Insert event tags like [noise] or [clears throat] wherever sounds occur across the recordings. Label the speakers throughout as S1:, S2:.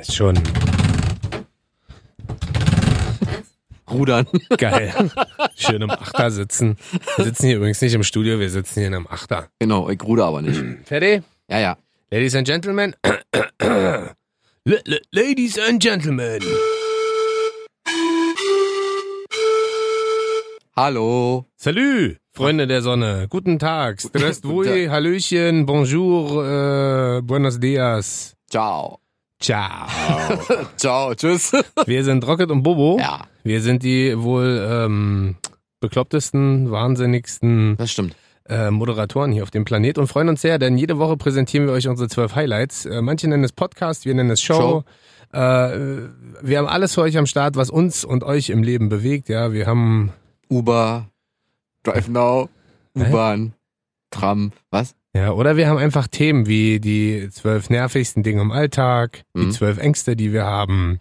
S1: Ist schon
S2: Rudern. [laughs]
S1: [laughs] geil. Schön im Achter sitzen. Wir sitzen hier übrigens nicht im Studio, wir sitzen hier in einem Achter.
S2: genau, ich ruder
S1: [clears throat]
S2: aber nicht.
S1: Fertig?
S2: Ja, ja.
S1: Ladies and Gentlemen. L- l- Ladies and Gentlemen.
S2: Hallo.
S1: Salü, Freunde der Sonne. Guten Tag. Stress
S2: Guten Tag.
S1: vui, Hallöchen, Bonjour, äh, Buenos Dias.
S2: Ciao.
S1: Ciao.
S2: Ciao.
S1: [laughs]
S2: Tschüss.
S1: Wir sind Rocket und Bobo.
S2: ja,
S1: Wir sind die wohl ähm, beklopptesten, wahnsinnigsten
S2: das stimmt.
S1: äh, Moderatoren hier auf dem Planet und freuen uns sehr, denn jede Woche präsentieren wir euch unsere zwölf Highlights. Äh, manche nennen es Podcast, wir nennen es Show. Äh, wir haben alles für euch am Start, was uns und euch im Leben bewegt. Ja, wir haben
S2: Uber, Drive Now,
S1: Hä?
S2: U-Bahn, Tram. Was?
S1: ja oder wir haben einfach Themen wie die zwölf nervigsten Dinge im Alltag, die
S2: Mhm.
S1: zwölf Ängste, die wir haben.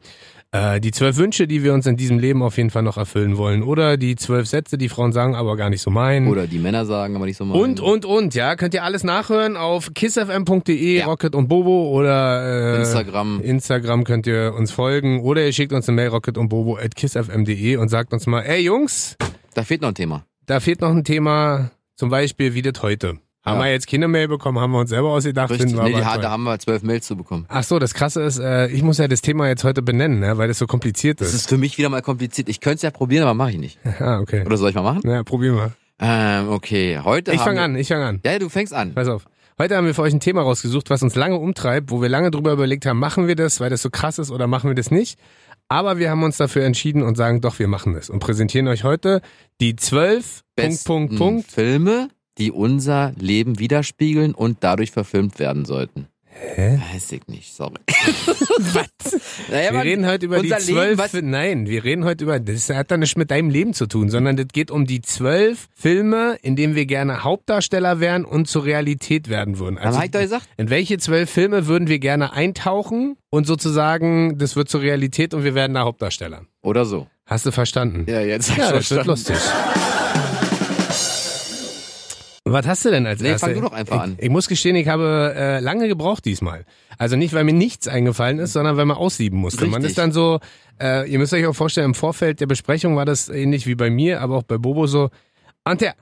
S1: äh, Die zwölf Wünsche, die wir uns in diesem Leben auf jeden Fall noch erfüllen wollen. Oder die zwölf Sätze, die Frauen sagen, aber gar nicht so meinen.
S2: Oder die Männer sagen, aber nicht so mal.
S1: Hm. Und, und, und, ja, könnt ihr alles nachhören auf kissfm.de,
S2: Ja.
S1: Rocket und Bobo oder äh,
S2: Instagram.
S1: Instagram könnt ihr uns folgen oder ihr schickt uns eine Mail rocket und Bobo at kissfm.de und sagt uns mal, ey Jungs,
S2: Da fehlt noch ein Thema.
S1: da fehlt noch ein Thema, zum Beispiel wie das heute. Haben
S2: Ja.
S1: wir jetzt Kindermail bekommen, haben wir uns selber ausgedacht,
S2: Richtig.
S1: finden wir
S2: Nee, die,
S1: aber
S2: da
S1: toll.
S2: haben wir zwölf Mails zu bekommen.
S1: Ach so, das Krasse ist, äh, ich muss ja das Thema jetzt heute benennen, ne, weil das so kompliziert
S2: Das
S1: ist.
S2: ist für mich wieder mal kompliziert. Ich könnte es ja probieren, aber mache ich nicht.
S1: [laughs] ah, okay.
S2: Oder soll ich mal machen?
S1: Na, probier mal.
S2: Ähm, okay. Heute
S1: Ich
S2: haben
S1: fange
S2: wir-
S1: an, ich fange an.
S2: Ja, ja, du fängst an.
S1: Pass auf. Heute haben wir für euch ein Thema rausgesucht, was uns lange umtreibt, wo wir lange drüber überlegt haben, machen wir das, weil das so krass ist oder machen wir das nicht. Aber wir haben uns dafür entschieden und sagen, doch, wir machen das und präsentieren euch heute die zwölf Punkt,
S2: Besten
S1: Punkt, Punkt.
S2: Filme, die unser Leben widerspiegeln und dadurch verfilmt werden sollten.
S1: Hä?
S2: Weiß ich nicht, sorry.
S1: [laughs] Was?
S2: Naja,
S1: Wir
S2: man-
S1: reden halt heute über die
S2: unser Leben,
S1: zwölf,
S2: was-
S1: nein, wir reden heute über, das hat da nichts mit deinem Leben zu tun, sondern das geht um die zwölf Filme, in denen wir gerne Hauptdarsteller wären und zur Realität werden würden. Also
S2: Dann hab ich doch gesagt,
S1: In welche zwölf Filme würden wir gerne eintauchen und sozusagen, das wird zur Realität und wir werden da Hauptdarsteller?
S2: oder so.
S1: Hast du verstanden?
S2: Ja, jetzt
S1: Ja, das wird lustig. Was hast du denn als
S2: Nee,
S1: erstes?
S2: fang du doch einfach
S1: ich,
S2: an.
S1: Ich muss gestehen, ich habe äh, lange gebraucht diesmal. Also nicht, weil mir nichts eingefallen ist, sondern weil man aussieben musste. Man
S2: Richtig.
S1: ist dann so, äh, ihr müsst euch auch vorstellen, im Vorfeld der Besprechung war das ähnlich wie bei mir, aber auch bei Bobo so, und der,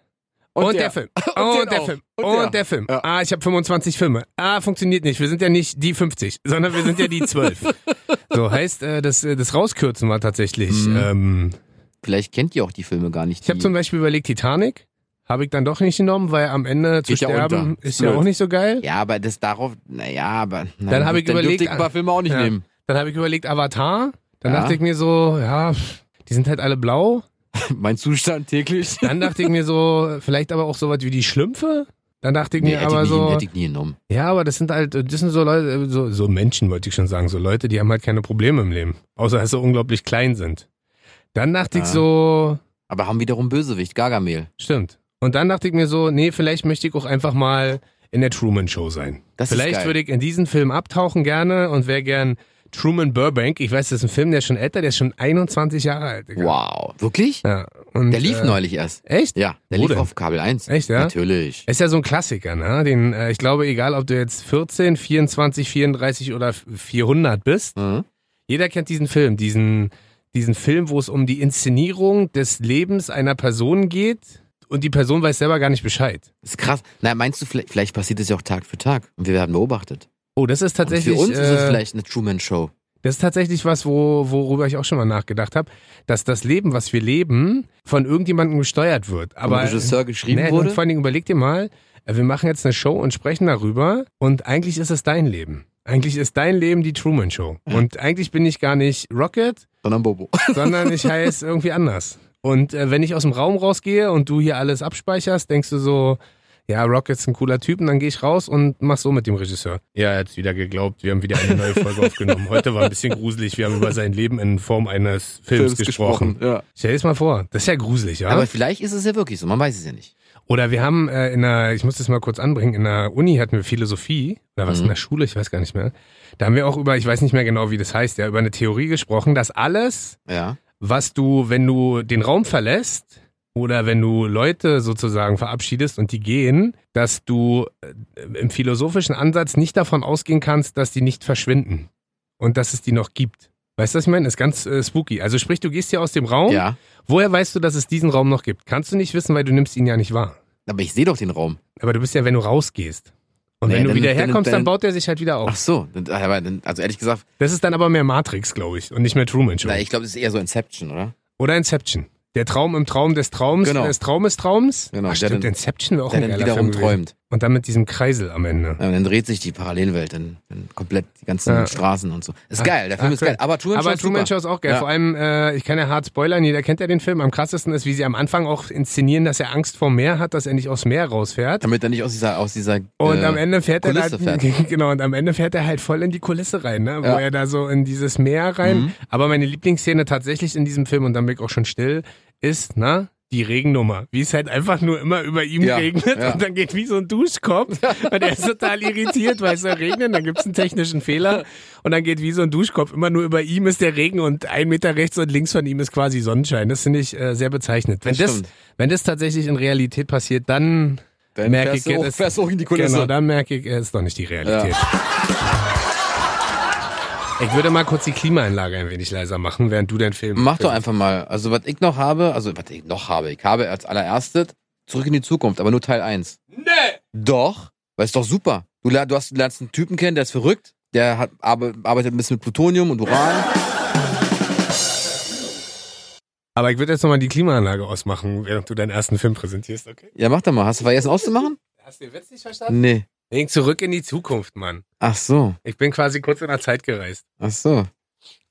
S1: und, der, Film. Und,
S2: den
S1: der
S2: auch.
S1: Film. Und,
S2: [laughs] Und
S1: der,
S2: der.
S1: Film.
S2: Ja.
S1: Ah, ich habe 25 Filme. Ah, funktioniert nicht. Wir sind ja nicht die 50, sondern wir sind ja die
S2: [laughs]
S1: 12. so heißt, äh, das, äh, das Rauskürzen war tatsächlich.
S2: Mhm.
S1: Ähm,
S2: Vielleicht kennt ihr auch die Filme gar nicht.
S1: ich habe
S2: die-
S1: zum Beispiel überlegt, Titanic habe ich dann doch nicht genommen, weil am Ende zu
S2: Geht ja
S1: sterben
S2: unter.
S1: ist
S2: Ist
S1: ja
S2: blöd.
S1: auch nicht so geil.
S2: ja, aber das darauf, naja, aber. Na,
S1: Dann hab ich
S2: dürfte
S1: überlegt, äh,
S2: ich ein paar Filme auch nicht
S1: ja.
S2: nehmen. [laughs]
S1: Dann habe ich überlegt, Avatar. Dann
S2: Ja.
S1: dachte ich mir so, ja, pff, die sind halt alle blau.
S2: mein Zustand täglich.
S1: Dann dachte ich mir so, vielleicht aber auch sowas wie die Schlümpfe. Dann dachte ich mir
S2: hätte,
S1: aber
S2: ich nie,
S1: so,
S2: hätte ich nie genommen.
S1: Ja, aber das sind halt, das sind so Leute, so, so Menschen wollte ich schon sagen, so Leute, die haben halt keine Probleme im Leben. Außer dass sie unglaublich klein sind. Dann dachte ich
S2: Ja.
S1: so,
S2: Aber haben wiederum Bösewicht, Gargamel.
S1: stimmt. Und dann dachte ich mir so, nee, vielleicht möchte ich auch einfach mal in der Truman Show sein.
S2: Das ist
S1: vielleicht
S2: geil.
S1: würde ich in diesen Film abtauchen gerne und wäre gern Truman Burbank. Ich weiß, das ist ein Film, der ist schon älter, der ist schon 21 Jahre alt. Digga.
S2: Wow. Wirklich?
S1: Ja, und,
S2: Der lief
S1: äh,
S2: neulich erst.
S1: Echt?
S2: Ja, der
S1: Wo
S2: lief
S1: denn?
S2: auf Kabel 1.
S1: Echt, ja?
S2: Natürlich.
S1: Ist ja so ein Klassiker, ne? Den, äh, ich glaube, egal ob du jetzt 14, 24, 34 oder 400 bist,
S2: Mhm.
S1: Jeder kennt diesen Film, diesen, diesen Film, wo es um die Inszenierung des Lebens einer Person geht und die Person weiß selber gar nicht Bescheid.
S2: Ist krass. Na, meinst du, vielleicht, vielleicht passiert es ja auch Tag für Tag und wir werden beobachtet.
S1: Oh, das ist tatsächlich,
S2: und für uns ist es
S1: äh,
S2: vielleicht eine Truman-Show.
S1: das ist tatsächlich was, wo, worüber ich auch schon mal nachgedacht habe, dass das Leben, was wir leben, von irgendjemandem gesteuert wird.
S2: Vom
S1: Aber äh,
S2: Regisseur geschrieben
S1: Nee,
S2: wurde.
S1: Und vor allen Dingen überleg dir mal, äh, wir machen jetzt eine Show und sprechen darüber und eigentlich ist es dein Leben. Eigentlich ist dein Leben die Truman Show. Und eigentlich bin ich gar nicht Rocket,
S2: Sondern Bobo. [laughs]
S1: sondern ich heiße irgendwie anders. Und äh, wenn ich aus dem Raum rausgehe und du hier alles abspeicherst, denkst du so, ja, Rocket ist ein cooler Typ und dann gehe ich raus und mach so mit dem Regisseur. Ja, er hat's wieder geglaubt, wir haben wieder eine neue Folge aufgenommen. Heute war ein bisschen gruselig, wir haben über sein Leben in Form eines Films, gesprochen.
S2: Ja.
S1: Stell dir's mal vor, das ist ja gruselig, ja?
S2: Aber vielleicht ist es ja wirklich so, man weiß es ja nicht.
S1: Oder wir haben äh, in einer, ich muss das mal kurz anbringen, in der Uni hatten wir Philosophie, oder was
S2: Mhm.
S1: in der Schule, ich weiß gar nicht mehr. Da haben wir auch über, ich weiß nicht mehr genau, wie das heißt, ja, über eine Theorie gesprochen, dass alles,
S2: Ja.
S1: was du, wenn du den Raum verlässt oder wenn du Leute sozusagen verabschiedest und die gehen, dass du äh, im philosophischen Ansatz nicht davon ausgehen kannst, dass die nicht verschwinden. und dass es die noch gibt. Weißt du, was ich meine? Ist ganz äh, spooky. Also sprich, du gehst hier aus dem Raum.
S2: Ja.
S1: Woher weißt du, dass es diesen Raum noch gibt? Kannst du nicht wissen, weil du nimmst ihn ja nicht wahr.
S2: Aber ich sehe doch den Raum.
S1: Aber du bist ja, wenn du rausgehst. Und
S2: Nee,
S1: wenn du
S2: dann-
S1: wieder
S2: dann-
S1: herkommst, dann,
S2: dann-
S1: baut er sich halt wieder
S2: Ach
S1: auf.
S2: so. dann- aber dann- Also ehrlich gesagt,
S1: Das ist dann aber mehr Matrix, glaube ich, und nicht mehr Truman Show.
S2: na, ich glaube, das ist eher so Inception, oder?
S1: Oder Inception. Der Traum im Traum des Traums
S2: Genau.
S1: des Traumes Traums.
S2: Genau,
S1: Ach,
S2: der
S1: stimmt,
S2: dann-
S1: Inception wäre auch
S2: Der
S1: ein
S2: dann
S1: geiler
S2: wiederum
S1: Film gewesen.
S2: träumt.
S1: Und dann mit diesem Kreisel am Ende.
S2: Ja, und dann dreht sich die Parallelwelt dann, dann komplett die ganzen
S1: Ja.
S2: Straßen und so. Ist
S1: Ah,
S2: geil, der Film
S1: ah,
S2: ist geil.
S1: cool.
S2: Aber Truman Show
S1: Aber
S2: ist
S1: Truman Show
S2: super.
S1: ist auch geil.
S2: Ja.
S1: Vor allem, äh, ich kann ja hart spoilern, jeder kennt ja den Film. Am krassesten ist, wie sie am Anfang auch inszenieren, dass er Angst vor Meer hat, dass er nicht aufs Meer rausfährt.
S2: Damit er nicht aus dieser, aus dieser
S1: Und
S2: äh,
S1: am Ende fährt er
S2: Kulisse
S1: halt, [laughs] genau, und am Ende fährt er halt voll in die Kulisse rein, ne? wo
S2: Ja. Mhm.
S1: er da so in dieses Meer rein. Aber meine Lieblingsszene tatsächlich in diesem Film, und dann bin ich auch schon still, ist, na, die Regennummer. Wie es halt einfach nur immer über ihm
S2: Ja,
S1: regnet
S2: ja.
S1: und dann geht wie so ein
S2: [laughs]
S1: Duschkopf und er ist total irritiert, weil es da regnet, dann gibt es einen technischen Fehler und dann geht wie so ein Duschkopf immer nur über ihm ist der Regen und ein Meter rechts und links von ihm ist quasi Sonnenschein. Das finde ich äh, sehr bezeichnend. Wenn
S2: Das
S1: das,
S2: stimmt.
S1: wenn das tatsächlich in Realität passiert, dann
S2: Dann
S1: merke
S2: fährst
S1: ich,
S2: du hoch,
S1: das-
S2: fährst hoch in die Kulisse.
S1: Genau, dann merke ich, es ist doch nicht die Realität. Ich würde mal kurz die Klimaanlage ein wenig leiser machen, während du deinen Film.
S2: Mach doch einfach mal. Also, was ich noch habe, also, was ich noch habe, ich habe als allererstes Zurück in die Zukunft, aber nur Teil 1. Nee! Doch, weil ist doch super. Du, lern- du, hast, du lernst einen Typen kennen, der ist verrückt, der hat, arbe- arbeitet ein bisschen mit Plutonium und Uran.
S1: Aber ich würde jetzt nochmal die Klimaanlage ausmachen, während du deinen ersten Film präsentierst, okay?
S2: Ja, mach doch mal. Hast du vergessen auszumachen?
S1: Hast du den Witz nicht verstanden?
S2: Nee.
S1: Denk zurück in die Zukunft, Mann.
S2: Ach so,
S1: Ich bin quasi kurz in der Zeit gereist.
S2: ach so.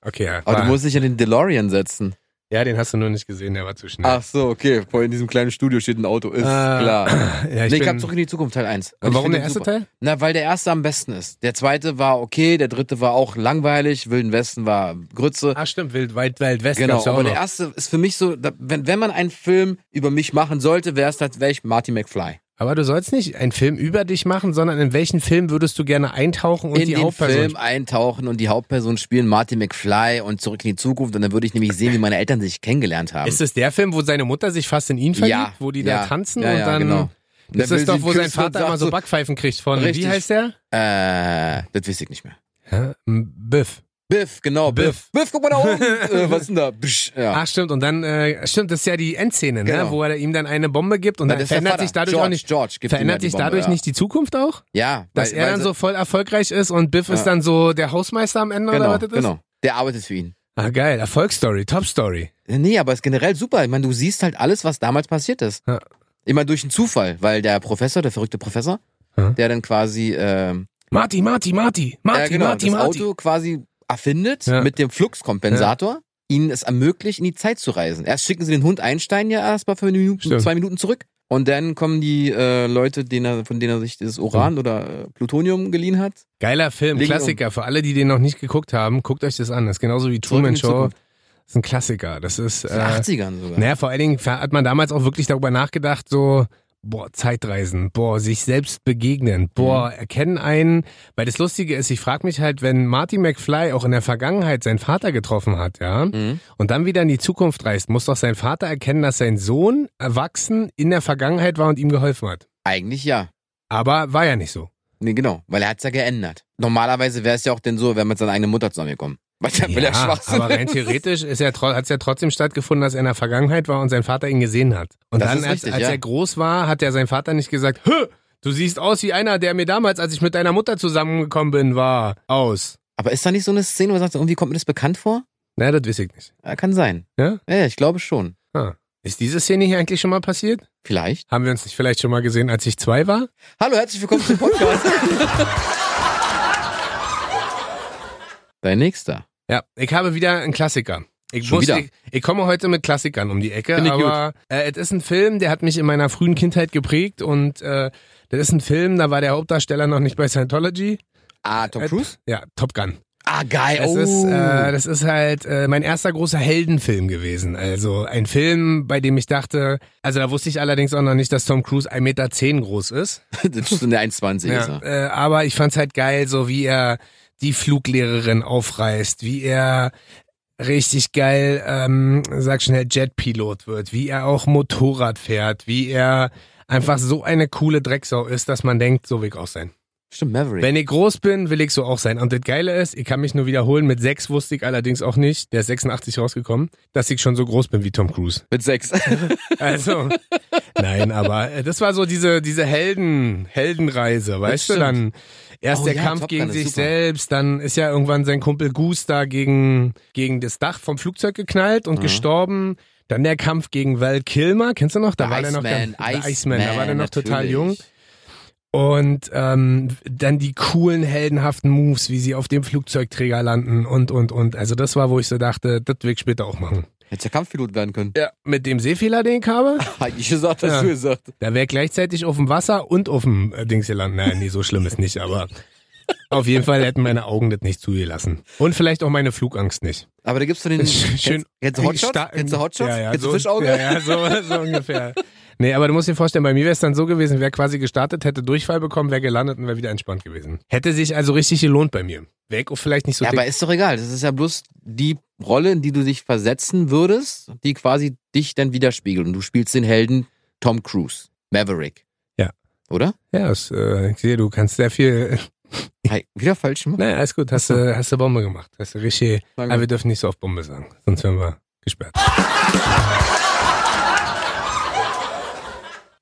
S1: Okay, ja.
S2: Aber
S1: war-
S2: du musst dich in den DeLorean setzen.
S1: ja, den hast du nur nicht gesehen, der war zu schnell.
S2: Ach so, okay. Vor in diesem kleinen Studio steht ein Auto, ist
S1: Äh,
S2: klar.
S1: ja, ich
S2: nee, ich
S1: bin,
S2: hab Zurück in die Zukunft, Teil 1.
S1: Warum der erste Teil?
S2: Na, weil der erste am besten ist. Der zweite war okay, der dritte war auch langweilig, Wilden Westen war Grütze.
S1: Ah, stimmt, Wild, Wild, Wild West
S2: Genau,
S1: gab's ja auch
S2: aber der
S1: noch.
S2: erste ist für mich so, da, wenn, wenn man einen Film über mich machen sollte, wäre es halt, wäre ich Marty McFly.
S1: Aber du sollst nicht einen Film über dich machen, sondern in welchen Film würdest du gerne eintauchen und
S2: in
S1: die
S2: den
S1: Hauptperson
S2: Film eintauchen und die Hauptperson spielen Marty McFly und zurück in die Zukunft und dann würde ich nämlich sehen, wie meine Eltern sich kennengelernt haben.
S1: Ist es der Film, wo seine Mutter sich fast in ihn verliebt,
S2: Ja,
S1: wo die
S2: ja,
S1: da tanzen
S2: ja,
S1: und
S2: ja,
S1: dann.
S2: genau.
S1: Das
S2: Dann will
S1: ist doch,
S2: sie
S1: wo sein
S2: küssen und
S1: Vater
S2: sagt
S1: immer so
S2: so,
S1: Backpfeifen kriegt von.
S2: Richtig.
S1: Wie heißt der?
S2: äh, das weiß ich nicht mehr.
S1: Ja, m- Biff.
S2: Biff, genau, Biff.
S1: Biff. Ah,
S2: Biff, guck mal
S1: [laughs]
S2: da oben. äh, was ist denn da? Psch, ja.
S1: Ach stimmt, und dann, äh, stimmt, das ist ja die Endszene,
S2: Genau.
S1: ne? wo er ihm dann eine Bombe gibt und
S2: Na,
S1: dann
S2: das ist der
S1: verändert
S2: Vater.
S1: sich dadurch
S2: George,
S1: auch nicht.
S2: George gibt ihm ja
S1: Verändert
S2: die
S1: sich
S2: Bombe,
S1: dadurch
S2: ja.
S1: nicht die Zukunft auch?
S2: Ja,
S1: Dass
S2: weil-
S1: er
S2: weil
S1: dann
S2: sie-
S1: so voll erfolgreich ist und Biff ist dann so der Hausmeister am Ende
S2: genau,
S1: oder was das ist?
S2: genau. Der arbeitet für ihn.
S1: Ah, geil, Erfolgsstory, Topstory.
S2: Nee, aber ist generell super. Ich meine, du siehst halt alles, was damals passiert ist.
S1: Ja.
S2: Immer durch einen Zufall, weil der Professor, der verrückte Professor,
S1: Ja.
S2: der dann quasi, ähm,
S1: Marty, Marty, Marty, Marty,
S2: ja, genau,
S1: Marty,
S2: das
S1: Marty.
S2: Auto quasi erfindet
S1: Ja.
S2: mit dem Fluxkompensator, ihnen es ermöglicht, in die Zeit zu reisen. Erst schicken sie den Hund Einstein ja erstmal für eine Minute,
S1: Stimmt.
S2: zwei Minuten zurück. Und dann kommen die äh, Leute, denen er, von denen er sich dieses Uran oder äh, Plutonium geliehen hat.
S1: Geiler Film,
S2: Legen
S1: Klassiker. Für alle, die den noch nicht geguckt haben, guckt euch das an. Das ist genauso wie
S2: Zurück
S1: Truman
S2: in die
S1: Show.
S2: Zukunft.
S1: Das ist ein Klassiker. Das ist.
S2: In den
S1: Äh,
S2: 80ern sogar.
S1: naja, vor allen Dingen hat man damals auch wirklich darüber nachgedacht, so. Boah, Zeitreisen, boah, sich selbst begegnen, boah,
S2: Mhm.
S1: erkennen einen. Weil das Lustige ist, ich frage mich halt, wenn Marty McFly auch in der Vergangenheit seinen Vater getroffen hat, ja,
S2: Mhm.
S1: und dann wieder in die Zukunft reist, muss doch sein Vater erkennen, dass sein Sohn erwachsen in der Vergangenheit war und ihm geholfen hat.
S2: Eigentlich ja.
S1: Aber war ja nicht so.
S2: Nee, genau, weil er hat's ja geändert. Normalerweise wäre es ja auch denn so, wenn mit seiner eigenen Mutter zusammengekommen. [laughs] Weil der, weil der Schwachsinn
S1: aber rein
S2: ist.
S1: theoretisch ist er, hat es ja trotzdem stattgefunden, dass er in der Vergangenheit war und sein Vater ihn gesehen hat. Und
S2: Das
S1: dann,
S2: ist richtig,
S1: als, als
S2: ja.
S1: er groß war, hat er sein Vater nicht gesagt, Hö, du siehst aus wie einer, der mir damals, als ich mit deiner Mutter zusammengekommen bin, war, aus.
S2: Aber ist da nicht so eine Szene, wo er sagt, irgendwie kommt mir das bekannt vor?
S1: Na, das weiß ich nicht.
S2: Ja, kann sein.
S1: Ja?
S2: Ja, ich glaube schon.
S1: Ist diese Szene hier eigentlich schon mal passiert?
S2: Vielleicht.
S1: Haben wir uns nicht vielleicht schon mal gesehen, als ich zwei war?
S2: Hallo, herzlich willkommen
S1: [laughs]
S2: zum Podcast. Dein nächster.
S1: Ja, ich habe wieder einen Klassiker. Ich,
S2: Schon
S1: muss,
S2: wieder?
S1: ich, ich komme heute mit Klassikern um die Ecke,
S2: Finde ich
S1: aber äh, es ist ein Film, der hat mich in meiner frühen Kindheit geprägt und äh, das ist ein Film, da war der Hauptdarsteller noch nicht bei Scientology.
S2: Ah, Tom
S1: Äh,
S2: Cruise?
S1: Ja, Top Gun.
S2: Ah, geil.
S1: Es
S2: oh.
S1: ist, äh, das ist halt äh, mein erster großer Heldenfilm gewesen. Also ein Film, bei dem ich dachte, also da wusste ich allerdings auch noch nicht, dass Tom Cruise 1,10 Meter groß ist.
S2: [laughs] das ist in der 1,20 ist er.
S1: Äh, aber ich fand's halt geil, so wie er die Fluglehrerin aufreißt, wie er richtig geil, ähm, sag schnell, Jetpilot wird, wie er auch Motorrad fährt, wie er einfach so eine coole Drecksau ist, dass man denkt, so will ich auch sein.
S2: Stimmt, Maverick.
S1: Wenn ich groß bin, will ich so auch sein. Und das Geile ist, ich kann mich nur wiederholen, mit sechs wusste ich allerdings auch nicht, der ist 86 rausgekommen, dass ich schon so groß bin wie Tom Cruise. [laughs]
S2: Mit sechs.
S1: Also, nein, aber äh, das war so diese, diese Helden, Heldenreise, weißt du,
S2: stimmt.
S1: dann erst
S2: Oh
S1: der
S2: ja,
S1: Kampf
S2: Top Gun
S1: gegen
S2: ist
S1: sich
S2: super.
S1: selbst, dann ist ja irgendwann sein Kumpel Goose da gegen, gegen das Dach vom Flugzeug geknallt
S2: Mhm.
S1: und gestorben. Dann der Kampf gegen Val Kilmer, kennst du noch? Da war der noch
S2: Iceman,
S1: der, der Iceman, da war der noch total
S2: natürlich.
S1: jung. Und ähm, dann die coolen, heldenhaften Moves, wie sie auf dem Flugzeugträger landen und, und, und. Also das war, wo ich so dachte, das will ich später auch machen.
S2: Hättest ja Kampfpilot werden können.
S1: Ja. Mit dem Seefehler, den ich habe,
S2: Hat ich gesagt, hast
S1: Ja.
S2: du gesagt.
S1: da wäre gleichzeitig auf dem Wasser und auf dem äh, Dings gelandet. Nein, nee, so schlimm ist nicht, aber auf jeden Fall hätten meine Augen das nicht zugelassen. Und vielleicht auch meine Flugangst nicht.
S2: Aber da gibt's so den.
S1: Schön.
S2: Hm. Kennst du Hotshots?
S1: stark-
S2: Kennst du Hotshots?
S1: Ja, ja,
S2: Kennst du
S1: so,
S2: Fischauge?
S1: Ja, ja so, so ungefähr. Nee, aber du musst dir vorstellen, bei mir wäre es dann so gewesen, wäre quasi gestartet, hätte Durchfall bekommen, wäre gelandet und wäre wieder entspannt gewesen. Hätte sich also richtig gelohnt bei mir. Weg auch vielleicht nicht so
S2: ja,
S1: dick.
S2: aber ist doch egal. Das ist ja bloß die Rolle, in die du dich versetzen würdest, die quasi dich dann widerspiegelt. Und du spielst den Helden Tom Cruise, Maverick.
S1: Ja.
S2: Oder?
S1: Ja, das, äh, ich sehe, du kannst sehr viel. [laughs]
S2: Hi, wieder falsch gemacht?
S1: Naja, alles gut, hast du hast du Bombe gemacht. Hast du richtig.
S2: Na gut.
S1: Aber wir dürfen nicht so oft Bombe sagen, sonst werden wir [laughs] gesperrt.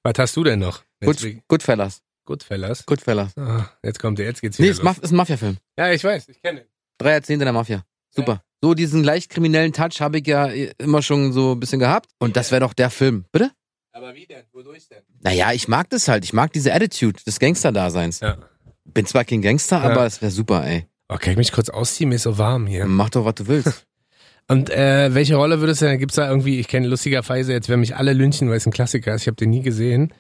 S1: Was hast du denn noch? Jetzt
S2: Good,
S1: wie-
S2: Goodfellas.
S1: Goodfellas.
S2: Goodfellas.
S1: Ah, jetzt kommt er, jetzt geht's
S2: Nee,
S1: wieder.
S2: ist,
S1: los.
S2: Maf ist ein Mafia-Film.
S1: Ja, ich weiß, ich kenne ihn.
S2: Drei Jahrzehnte der Mafia. Super. So diesen leicht kriminellen Touch habe ich ja äh, immer schon so ein bisschen gehabt. Und das wäre doch der Film. Bitte?
S1: Aber wie denn? Wodurch denn?
S2: Naja, ich mag das halt. Ich mag diese Attitude des Gangster-Daseins.
S1: Ja.
S2: Bin zwar kein Gangster,
S1: Ja.
S2: aber es wäre super, ey.
S1: Oh, kann ich mich kurz ausziehen? Mir ist so warm hier.
S2: Mach doch, was du
S1: [laughs]
S2: willst.
S1: Und äh, welche Rolle würdest du denn? Gibt's da irgendwie, ich kenne lustigerweise, jetzt werden mich alle lynchen, weil es ein Klassiker ist. Ich habe den nie gesehen.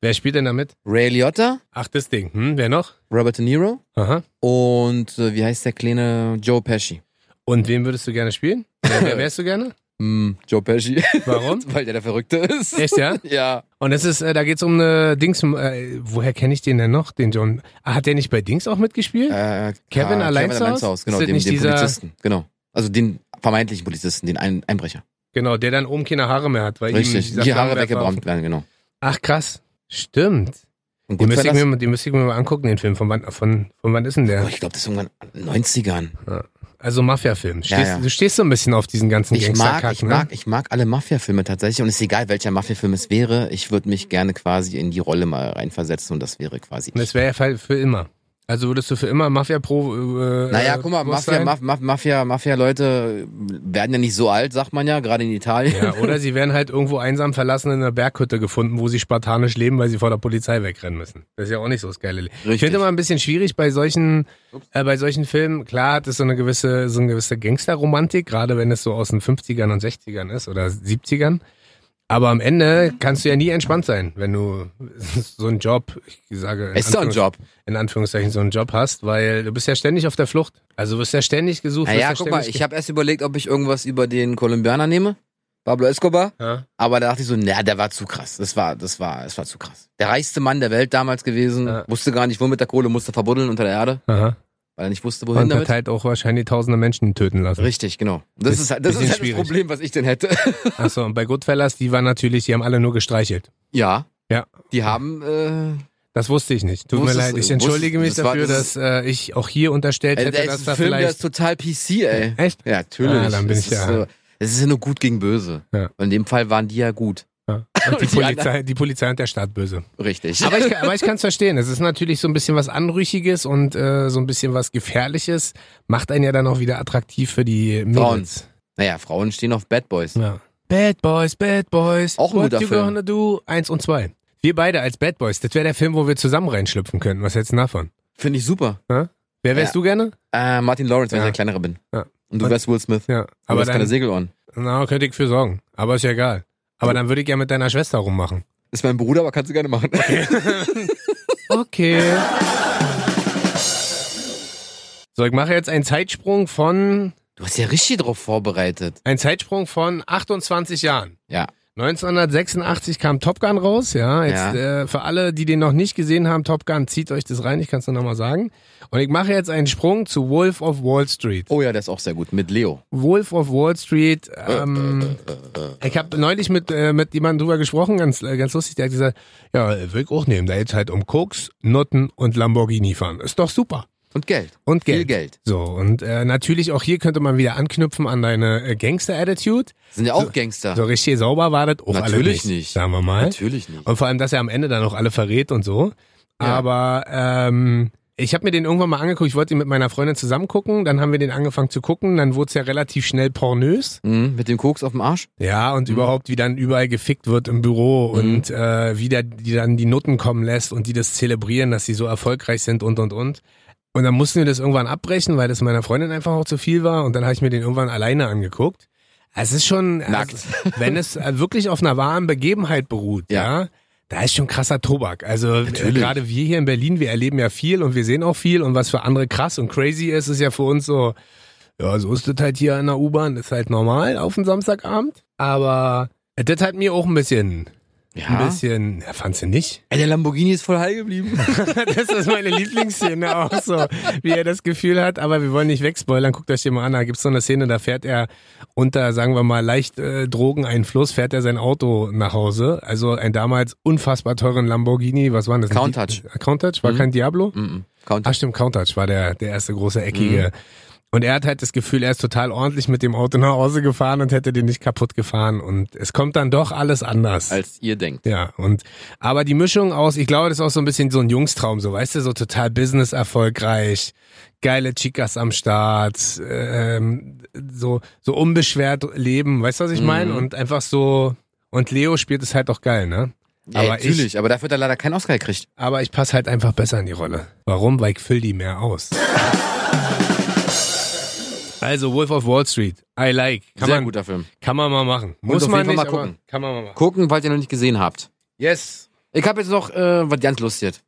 S1: Wer spielt denn damit?
S2: Ray Liotta,
S1: Ach, das Ding. Hm, wer noch?
S2: Robert De Niro
S1: Aha.
S2: und äh, wie heißt der kleine Joe Pesci?
S1: Und wen würdest du gerne spielen? Wer, wer wärst du [laughs] gerne?
S2: Hm, Joe Pesci, [laughs]
S1: Warum?
S2: weil der der Verrückte ist.
S1: Echt, ja?
S2: Ja.
S1: Und es ist, äh, da geht's um eine Dings, äh, woher kenne ich den denn noch, den John? Ah, hat der nicht bei Dings auch mitgespielt?
S2: Äh,
S1: Kevin
S2: äh,
S1: allein zu
S2: allein
S1: Hause?
S2: zu Hause, genau,
S1: Ist das
S2: den,
S1: nicht
S2: den
S1: dieser-
S2: Polizisten, genau. Also den vermeintlichen Polizisten, den Ein Einbrecher.
S1: Genau, der dann oben keine Haare mehr hat, weil ihm
S2: Richtig,
S1: dieser
S2: die Haare
S1: Flammenwerfer-
S2: weggebrannt werden, genau.
S1: Ach krass, stimmt.
S2: Und
S1: Die müsste, ich
S2: Goodfellas-
S1: mir, mal- die müsste ich mir mal angucken, den Film. Von wann, von, von wann ist denn
S2: Oh,
S1: der?
S2: ich glaube, das ist irgendwann in den 90ern.
S1: Also Mafia-Film. Stehst-
S2: ja.
S1: Du stehst so ein bisschen auf diesen ganzen
S2: Ich mag, ich
S1: Gangsterkack, ne?
S2: mag, ich mag alle Mafia-Filme tatsächlich und es ist egal, welcher Mafia-Film es wäre. Ich würde mich gerne quasi in die Rolle mal reinversetzen und das wäre quasi.
S1: Und das wäre ja für- für immer. Also würdest du für immer Mafia-Pro. Äh,
S2: Naja, guck mal,
S1: Boss
S2: Mafia,
S1: sein?
S2: Maf Maf Mafia, Mafia-Leute werden ja nicht so alt, sagt man ja, gerade in Italien.
S1: Ja, oder sie werden halt irgendwo einsam verlassen in einer Berghütte gefunden, wo sie spartanisch leben, weil sie vor der Polizei wegrennen müssen. Das ist ja auch nicht so das geile Leben. Ich
S2: Richtig.
S1: finde immer ein bisschen schwierig bei solchen, äh, bei solchen Filmen. Klar hat es so eine gewisse, so eine gewisse Gangsterromantik, gerade wenn es so aus den 50ern und 60ern ist oder 70ern. Aber am Ende kannst du ja nie entspannt sein, wenn du [laughs] so einen Job, ich sage, in
S2: Es [laughs] ist doch ein
S1: Anführungs-
S2: Job.
S1: in Anführungszeichen so einen Job hast, weil du bist ja ständig auf der Flucht. Also du wirst ja ständig gesucht. wirst
S2: Naja,
S1: ja,
S2: guck mal,
S1: ständig
S2: ich habe erst überlegt, ob ich irgendwas über den Kolumbianer nehme. Pablo Escobar.
S1: ge- ja.
S2: Aber da dachte ich so, naja, der war zu krass. Das war, das war, es war zu krass. Der reichste Mann der Welt damals gewesen.
S1: Ja.
S2: Wusste gar nicht, wo mit der Kohle, musste verbuddeln unter der Erde,
S1: Aha.
S2: weil er nicht wusste,
S1: Und
S2: wohin damit.
S1: verteilt auch wahrscheinlich tausende Menschen töten lassen.
S2: Richtig, genau. Und Das
S1: Bisschen-
S2: ist halt, das, ist
S1: bisschen
S2: halt das
S1: schwierig.
S2: Problem, was ich denn hätte. [laughs]
S1: Achso, und bei Goodfellas, die waren natürlich, die haben alle nur gestreichelt.
S2: ja.
S1: Ja.
S2: Die haben, äh,
S1: Das wusste ich nicht. Tut
S2: Wusstest
S1: mir leid,
S2: du-
S1: ich entschuldige mich
S2: wusstest- das war-
S1: dafür,
S2: das
S1: dass äh, ich auch hier unterstellt
S2: äh,
S1: hätte,
S2: der
S1: dass
S2: ist
S1: da
S2: ein Film, der ist
S1: vielleicht.
S2: total PC,
S1: [laughs]
S2: ey. [laughs]
S1: Echt?
S2: Ja, natürlich.
S1: Ah, dann bin
S2: es
S1: ich
S2: ist
S1: ja-
S2: So, es ist ja nur gut gegen böse.
S1: Ja.
S2: Und in dem Fall waren die ja gut.
S1: Ja. Und die,
S2: Die anderen-
S1: Polizei, die Polizei und der Staat
S2: [laughs]
S1: böse.
S2: Richtig.
S1: Aber [laughs] ich, kann- aber ich kann es verstehen. Es ist natürlich so ein bisschen was Anrüchiges und äh, so ein bisschen was Gefährliches. Macht einen ja dann auch wieder attraktiv für die Mädels.
S2: naja, Frauen stehen auf Bad Boys.
S1: Ja. Bad Boys, Bad Boys.
S2: Auch ein
S1: What
S2: guter
S1: you
S2: Film.
S1: gonna do? Eins und zwei. Wir beide als Bad Boys. Das wäre der Film, wo wir zusammen reinschlüpfen könnten. Was hältst du denn davon?
S2: Finde ich super.
S1: Wer wärst du gerne?
S2: Äh, Martin Lawrence, wenn
S1: Ja.
S2: ich der kleinere bin.
S1: Ja.
S2: Und du wärst Will Smith.
S1: Ja.
S2: Aber
S1: Aber
S2: du hast keine
S1: dann,
S2: Segelohren.
S1: Na, könnte ich für sorgen. Aber ist ja egal. Aber dann würde ich ja mit deiner Schwester rummachen.
S2: Ist mein Bruder, aber kannst du gerne machen. [laughs]
S1: Okay. So, ich mache jetzt einen Zeitsprung von
S2: Du hast ja richtig drauf vorbereitet.
S1: einen Zeitsprung von 28 Jahren.
S2: Ja.
S1: 1986 kam Top Gun raus, ja. Jetzt, Äh, für alle, die den noch nicht gesehen haben, Top Gun, zieht euch das rein, ich kann es nur nochmal sagen. Und ich mache jetzt einen Sprung zu Wolf of Wall Street.
S2: Oh ja, der ist auch sehr gut. Mit Leo.
S1: Wolf of Wall Street,
S2: Äh,
S1: ähm, ich habe neulich mit, äh, mit jemandem drüber gesprochen, ganz, äh, ganz lustig, der hat gesagt, ja, will ich auch nehmen, da jetzt halt um Koks, Nutten und Lamborghini fahren. Ist doch super.
S2: Und Geld.
S1: Und Geld.
S2: Viel Geld.
S1: So, und äh, natürlich auch hier könnte man wieder anknüpfen an deine äh, Gangster-Attitude.
S2: Sind ja auch Gangster.
S1: So richtig sauber war das auch alle
S2: Natürlich
S1: nicht,
S2: nicht.
S1: sagen wir mal.
S2: Natürlich nicht.
S1: Und vor allem, dass er am Ende dann auch alle verrät und so.
S2: Ja.
S1: Aber ähm, ich habe mir den irgendwann mal angeguckt. Ich wollte ihn mit meiner Freundin zusammen gucken. Dann haben wir den angefangen zu gucken. Dann wurde es ja relativ schnell pornös.
S2: Mhm, mit dem Koks auf dem Arsch?
S1: Ja,
S2: Mhm.
S1: und überhaupt, wie dann überall gefickt wird im Büro und äh, wie der, die dann die Noten kommen lässt und die das zelebrieren, dass sie so erfolgreich sind und, und, und. Und dann mussten wir das irgendwann abbrechen, weil das meiner Freundin einfach auch zu viel war. Und dann habe ich mir den irgendwann alleine angeguckt. Es ist schon,
S2: Nackt.
S1: also, wenn es äh, wirklich auf einer wahren Begebenheit beruht, ja,
S2: Ja.
S1: da ist schon krasser Tobak. Also äh,
S2: Natürlich.
S1: gerade wir hier in Berlin, wir erleben ja viel und wir sehen auch viel. Und was für andere krass und crazy ist, ist ja für uns so, ja, so ist das halt hier in der U-Bahn, ist halt normal auf dem Samstagabend. Aber äh, das hat mir auch ein bisschen, ein
S2: Ja.
S1: bisschen, ja, fandst du nicht?
S2: Ey, der Lamborghini ist voll heil [laughs] geblieben.
S1: [laughs] Das ist meine Lieblingsszene auch so, wie er das Gefühl hat. Aber wir wollen nicht wegspoilern. Guckt euch den mal an. Da gibt's so eine Szene, da fährt er unter, sagen wir mal, leicht äh, Drogeneinfluss, fährt er sein Auto nach Hause. Also ein damals unfassbar teuren Lamborghini. Was war denn das?
S2: Countach.
S1: Äh, Countach? War kein Diablo?
S2: Mhm. Count.
S1: Ah, stimmt, Countach war der, der erste große eckige. Und er hat halt das Gefühl, er ist total ordentlich mit dem Auto nach Hause gefahren und hätte den nicht kaputt gefahren. Und es kommt dann doch alles anders.
S2: Als ihr denkt.
S1: Ja, und aber die Mischung aus, ich glaube, das ist auch so ein bisschen so ein Jungstraum, so weißt du, so total business erfolgreich, geile Chicas am Start, ähm, so, so unbeschwert leben, weißt du, was ich
S2: Mhm.
S1: meine? Und einfach so, und Leo spielt es halt auch geil, ne?
S2: Ja,
S1: aber
S2: natürlich,
S1: ich,
S2: aber dafür hat er leider keinen Oscar gekriegt.
S1: aber ich passe halt einfach besser in die Rolle. Warum? Weil ich füll die mehr aus. Also Wolf of Wall Street, I like. Kann,
S2: Sehr
S1: man,
S2: guter Film.
S1: kann man mal machen. Muss
S2: auf
S1: man
S2: jeden Fall
S1: nicht,
S2: mal
S1: aber
S2: gucken.
S1: kann man mal machen.
S2: Gucken, falls ihr noch nicht gesehen habt.
S1: Yes.
S2: Ich habe jetzt noch äh, was ganz Lustiges.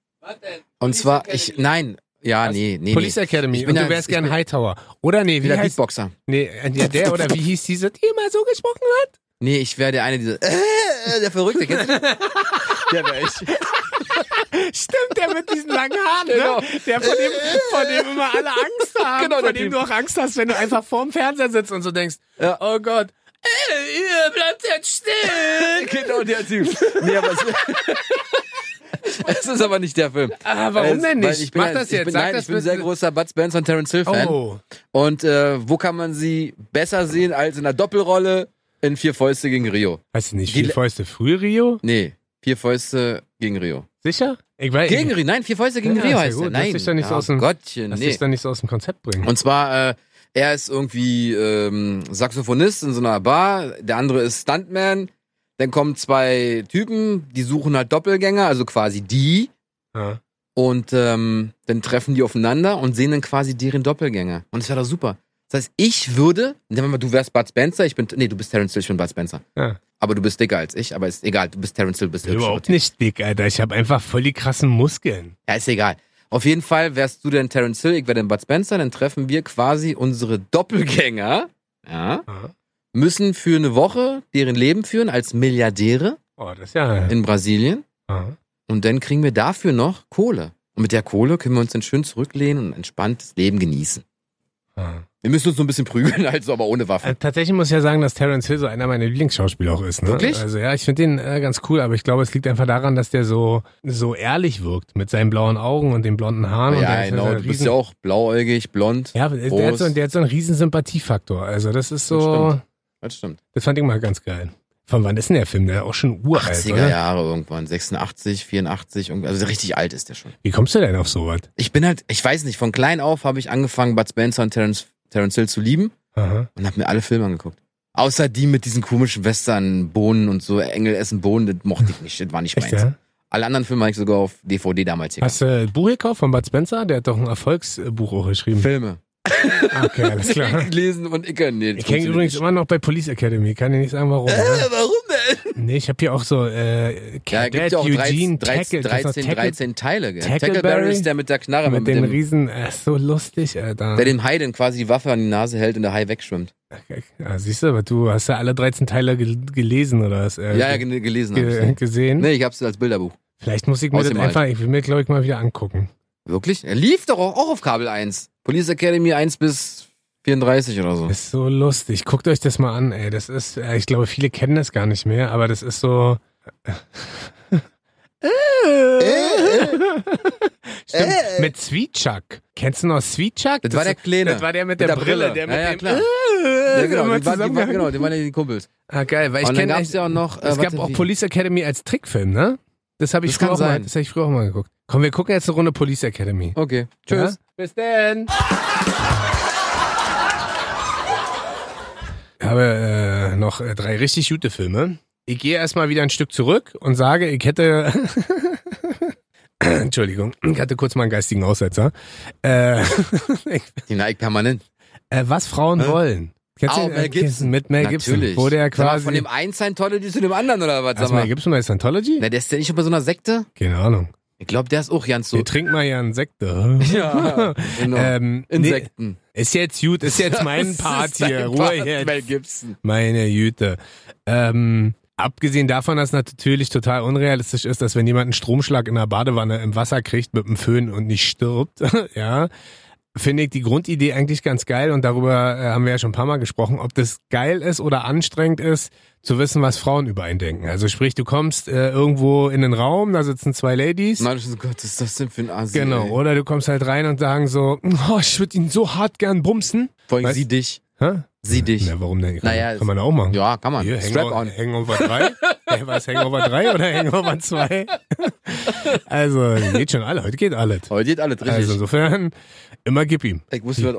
S2: Und zwar, ich, nein, ja, nee, nee,
S1: Police
S2: nee.
S1: Academy
S2: Ich
S1: und
S2: bin
S1: du
S2: ja-
S1: wärst
S2: ich
S1: gern
S2: bin-
S1: Hightower. Oder nee, wie
S2: Wieder
S1: heißt
S2: Beatboxer.
S1: nee, äh, ja, der oder wie hieß diese, die immer so gesprochen hat?
S2: Nee, ich wäre der eine, dieser, äh, der Verrückte,
S1: [laughs]
S2: kennst du den? Der wäre ich.
S1: Stimmt, der mit diesen langen Haaren,
S2: Genau.
S1: ne? Der von dem, von dem immer alle Angst [laughs] haben,
S2: Genau,
S1: von
S2: der
S1: dem
S2: Typ.
S1: du auch Angst hast, wenn du einfach vorm Fernseher sitzt und so denkst,
S2: Ja.
S1: oh Gott, ey, ihr bleibt jetzt still.
S2: Genau der Typ. Nee, aber es, [laughs] es ist aber nicht der Film.
S1: [laughs] Ah, warum
S2: es,
S1: denn nicht?
S2: weil Ich bin,
S1: Mach
S2: ein-
S1: das
S2: ich
S1: jetzt,
S2: Bin,
S1: sag
S2: nein,
S1: das
S2: ich bin ein
S1: bitte.
S2: sehr großer Bud Spence und Terence Hill Fan.
S1: Oh,
S2: Und äh, wo kann man sie besser sehen als in einer Doppelrolle in Vier Fäuste gegen Rio?
S1: weißt du nicht,
S2: Die
S1: vier
S2: le-
S1: Fäuste früh Rio?
S2: Nee, Vier Fäuste gegen Rio.
S1: Sicher? Ich weiß,
S2: Gegen Rio, nein, Vier Fäuste gegen
S1: Ja, ist
S2: Rio
S1: ja
S2: heißt
S1: gut.
S2: er.
S1: Lass
S2: Nein,
S1: dich da nicht so
S2: ja,
S1: aus dem-
S2: Gottchen,
S1: lass
S2: nee.
S1: dich da nicht so aus dem Konzept bringen.
S2: Und zwar, äh, er ist irgendwie ähm, Saxophonist in so einer Bar, der andere ist Stuntman. Dann kommen zwei Typen, die suchen halt Doppelgänger, also quasi die.
S1: ja.
S2: Und ähm, dann treffen die aufeinander und sehen dann quasi deren Doppelgänger. Und das wäre doch super. Das heißt, ich würde, nehmen wir mal, du wärst Bud Spencer, ich bin, nee, du bist Terence Hill, ich bin Bud Spencer.
S1: Ja.
S2: Aber du bist dicker als ich, aber ist egal, du bist Terence Hill, bist hübscher.
S1: Überhaupt nicht dick, Alter. Ich habe einfach voll die krassen Muskeln.
S2: Ja, ist egal. Auf jeden Fall wärst du denn Terence Hill, ich wäre denn Bud Spencer, dann treffen wir quasi unsere Doppelgänger, ja,
S1: Aha.
S2: müssen für eine Woche deren Leben führen als Milliardäre
S1: Oh, das ist ja.
S2: in Brasilien
S1: Aha.
S2: und dann kriegen wir dafür noch Kohle. Und mit der Kohle können wir uns dann schön zurücklehnen und ein entspanntes Leben genießen.
S1: Aha.
S2: Wir müssen uns so ein bisschen prügeln, [laughs] also aber ohne Waffen.
S1: Äh, tatsächlich muss ich ja sagen, dass Terence Hill so einer meiner Lieblingsschauspieler auch ist. Ne?
S2: Wirklich?
S1: Also ja, ich finde den äh, ganz cool, aber ich glaube, es liegt einfach daran, dass der so, so ehrlich wirkt mit seinen blauen Augen und den blonden Haaren. und
S2: ja,
S1: der ist
S2: genau.
S1: ein
S2: Du bist
S1: riesen-
S2: ja auch blauäugig, blond.
S1: Ja, der hat,
S2: groß.
S1: so, der hat so einen riesen Sympathiefaktor. Also das ist
S2: Das
S1: so, das,
S2: stimmt. Das stimmt.
S1: fand ich mal ganz geil. Von wann ist denn der Film? Der ist auch schon uralt,
S2: 80er
S1: oder?
S2: Jahre irgendwann, 86, 84, irgendwie- also richtig alt ist der schon.
S1: Wie kommst du denn auf sowas?
S2: Ich bin halt, ich weiß nicht, von klein auf habe ich angefangen, Bud Spencer und Terence, Terence Hill zu lieben
S1: Aha.
S2: und habe mir alle Filme angeguckt. Außer die mit diesen komischen Western, Bohnen und so, Engel essen Bohnen, das mochte ich nicht, das war nicht
S1: Echt,
S2: meins.
S1: ja?
S2: Alle anderen Filme habe ich sogar auf DVD damals hier.
S1: Hast du ein Buch gekauft von Bud Spencer? Der hat doch ein Erfolgsbuch auch geschrieben.
S2: [laughs]
S1: Ah,
S2: Filme.
S1: Okay, alles klar.
S2: Lesen und ickern, nee. das
S1: Ich hänge übrigens
S2: funktioniert
S1: immer noch bei Police Academy, kann dir nicht sagen warum.
S2: nicht.
S1: Ne?
S2: Äh, warum wollen.
S1: Nee, ich habe hier auch so äh,
S2: Ja,
S1: Cadet,
S2: gibt ja auch
S1: Eugene,
S2: 13,
S1: Tackle,
S2: 13,
S1: das war
S2: 13,
S1: Tackle
S2: 13 Teile. gell?
S1: Tackleberry?
S2: Tackleberry ist der mit der Knarre,
S1: mit
S2: mit
S1: den
S2: dem,
S1: Riesen. Äh, ist so lustig, Alter.
S2: der dem Hai dann quasi die Waffe an die Nase hält und der Hai wegschwimmt.
S1: Ja, siehst du, aber du hast ja alle 13 Teile gel gelesen oder was? Äh,
S2: ja, ja,
S1: ge-
S2: gel- gelesen hab
S1: ge
S2: ich.
S1: gesehen.
S2: Nee, ich hab's als Bilderbuch.
S1: Vielleicht muss ich mir das
S2: Außerdem halt.
S1: einfach, ich will mir, glaube ich, mal wieder angucken.
S2: Wirklich? Er lief doch auch, auch auf Kabel 1. Police Academy 1 bis 34 oder so.
S1: Ist so lustig. Guckt euch das mal an, ey. Das ist, äh, ich glaube, viele kennen das gar nicht mehr, aber das ist so. äh, [laughs] Stimmt,
S2: Äh.
S1: mit Zwiechack. Kennst du noch Zwiechack?
S2: Das war der Kleine.
S1: Das war der mit, der, Brille. Der mit
S2: ja, ja,
S1: dem
S2: klar.
S1: Äh, immer
S2: Ja, genau, die waren, die waren,
S1: zusammengehangen.
S2: genau, die waren ja die Kumpels.
S1: Ah, geil, weil ich
S2: und dann
S1: kenne
S2: gab's ja auch noch. äh,
S1: Es gab
S2: warte,
S1: auch
S2: wie-
S1: Police Academy als Trickfilm, ne? Das habe ich,
S2: Das
S1: früher
S2: kann
S1: auch mal-
S2: sein.
S1: das hab ich früher auch mal geguckt. Komm, wir gucken jetzt eine Runde Police Academy.
S2: Okay, tschüss.
S1: Ja? Bis dann. Ich habe äh, noch äh, drei richtig gute Filme. Ich gehe erstmal wieder ein Stück zurück und sage, ich hätte. [laughs] Entschuldigung, ich hatte kurz mal einen geistigen Aussetzer. Äh, [laughs]
S2: Die Nike permanent.
S1: äh, was Frauen wollen. Kennst du
S2: Au,
S1: den?
S2: Ah, Mel Gibson.
S1: Mit Mel Gibson.
S2: Natürlich.
S1: Wo der
S2: Sag mal,
S1: quasi.
S2: Von dem einen Scientology zu dem anderen oder was? Sag
S1: also Mel
S2: mal.
S1: Gibson bei Scientology?
S2: Na, der ist ja nicht schon bei so einer Sekte?
S1: Keine Ahnung.
S2: Ich glaube, der ist auch ganz so.
S1: Wir trinken mal hier einen Sekt.
S2: [laughs]
S1: [laughs] Ja.
S2: Genau.
S1: ähm, nee,
S2: Insekten.
S1: ist jetzt gut, ist jetzt
S2: [laughs] Das
S1: mein
S2: ist
S1: Part
S2: dein
S1: hier. Ruhe
S2: Part, Mel
S1: jetzt.
S2: Gibson.
S1: Meine Güte. Ähm, abgesehen davon, dass natürlich total unrealistisch ist, dass wenn jemand einen Stromschlag in der Badewanne im Wasser kriegt mit einem Föhn und nicht stirbt, [laughs] ja, finde ich die Grundidee eigentlich ganz geil und darüber äh, haben wir ja schon ein paar Mal gesprochen, ob das geil ist oder anstrengend ist, zu wissen, was Frauen über einen denken. Also sprich, du kommst äh, irgendwo in den Raum, da sitzen zwei Ladies.
S2: Mann, oh Gott, was ist das denn für ein Asi?
S1: Genau,
S2: ey?
S1: oder du kommst halt rein und sagen so, oh, ich würde ihn so hart gern bumsen.
S2: Vor allem
S1: Weißt-
S2: sie dich.
S1: Hä?
S2: Sie dich.
S1: Na, warum denn? Kann,
S2: Naja,
S1: kann man auch machen.
S2: Ja, kann man.
S1: Hier,
S2: Strap
S1: Hangover,
S2: on.
S1: Hangover
S2: [laughs]
S1: 3? hey, was, Hangover 3 oder Hangover 2? also, geht schon alle, heute geht alles.
S2: Heute geht alles richtig.
S1: Also insofern, immer gib ihm.
S2: ich muss wieder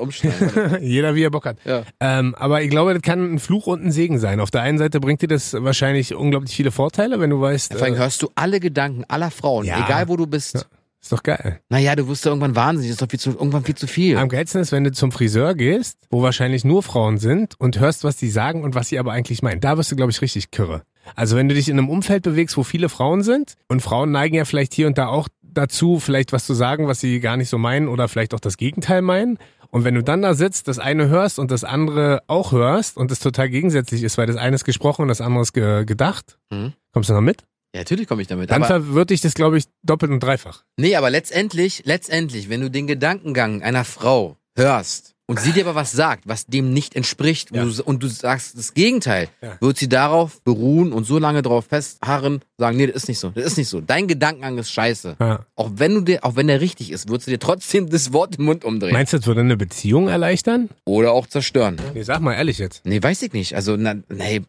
S1: [laughs]
S2: umschneiden.
S1: Jeder, wie er Bock hat.
S2: halt ja.
S1: Ähm, aber ich glaube, das kann ein Fluch und ein Segen sein. Auf der einen Seite bringt dir das wahrscheinlich unglaublich viele Vorteile, wenn du weißt,
S2: Vor allem
S1: äh,
S2: hörst du alle Gedanken aller Frauen,
S1: Ja.
S2: egal wo du bist.
S1: ist doch geil.
S2: Naja, du wirst ja irgendwann wahnsinnig, ist doch viel zu, irgendwann viel zu viel.
S1: Am geilsten ist, wenn du zum Friseur gehst, wo wahrscheinlich nur Frauen sind und hörst, was die sagen und was sie aber eigentlich meinen. Da wirst du, glaube ich, richtig kirre. Also wenn du dich in einem Umfeld bewegst, wo viele Frauen sind und Frauen neigen ja vielleicht hier und da auch dazu, vielleicht was zu sagen, was sie gar nicht so meinen oder vielleicht auch das Gegenteil meinen. Und wenn du dann da sitzt, das eine hörst und das andere auch hörst und es total gegensätzlich ist, weil das eine ist gesprochen und das andere ist ge gedacht,
S2: Mhm.
S1: kommst du noch mit?
S2: ja, natürlich komme ich damit.
S1: Dann
S2: aber,
S1: verwirrt dich das, glaube ich, doppelt und dreifach.
S2: nee, aber letztendlich, letztendlich, wenn du den Gedankengang einer Frau hörst und sie dir aber was sagt, was dem nicht entspricht
S1: Ja.
S2: und, du, und du sagst das Gegenteil,
S1: Ja.
S2: wird sie darauf beruhen und so lange darauf festharren, sagen, nee, das ist nicht so, das ist nicht so. Dein Gedankengang ist scheiße.
S1: Ja.
S2: Auch wenn du dir, auch wenn der richtig ist, wird sie dir trotzdem das Wort im Mund umdrehen.
S1: Meinst du, das würde eine Beziehung erleichtern?
S2: Oder auch zerstören.
S1: Nee, sag mal ehrlich jetzt.
S2: Nee, weiß ich nicht. Also, na, nee.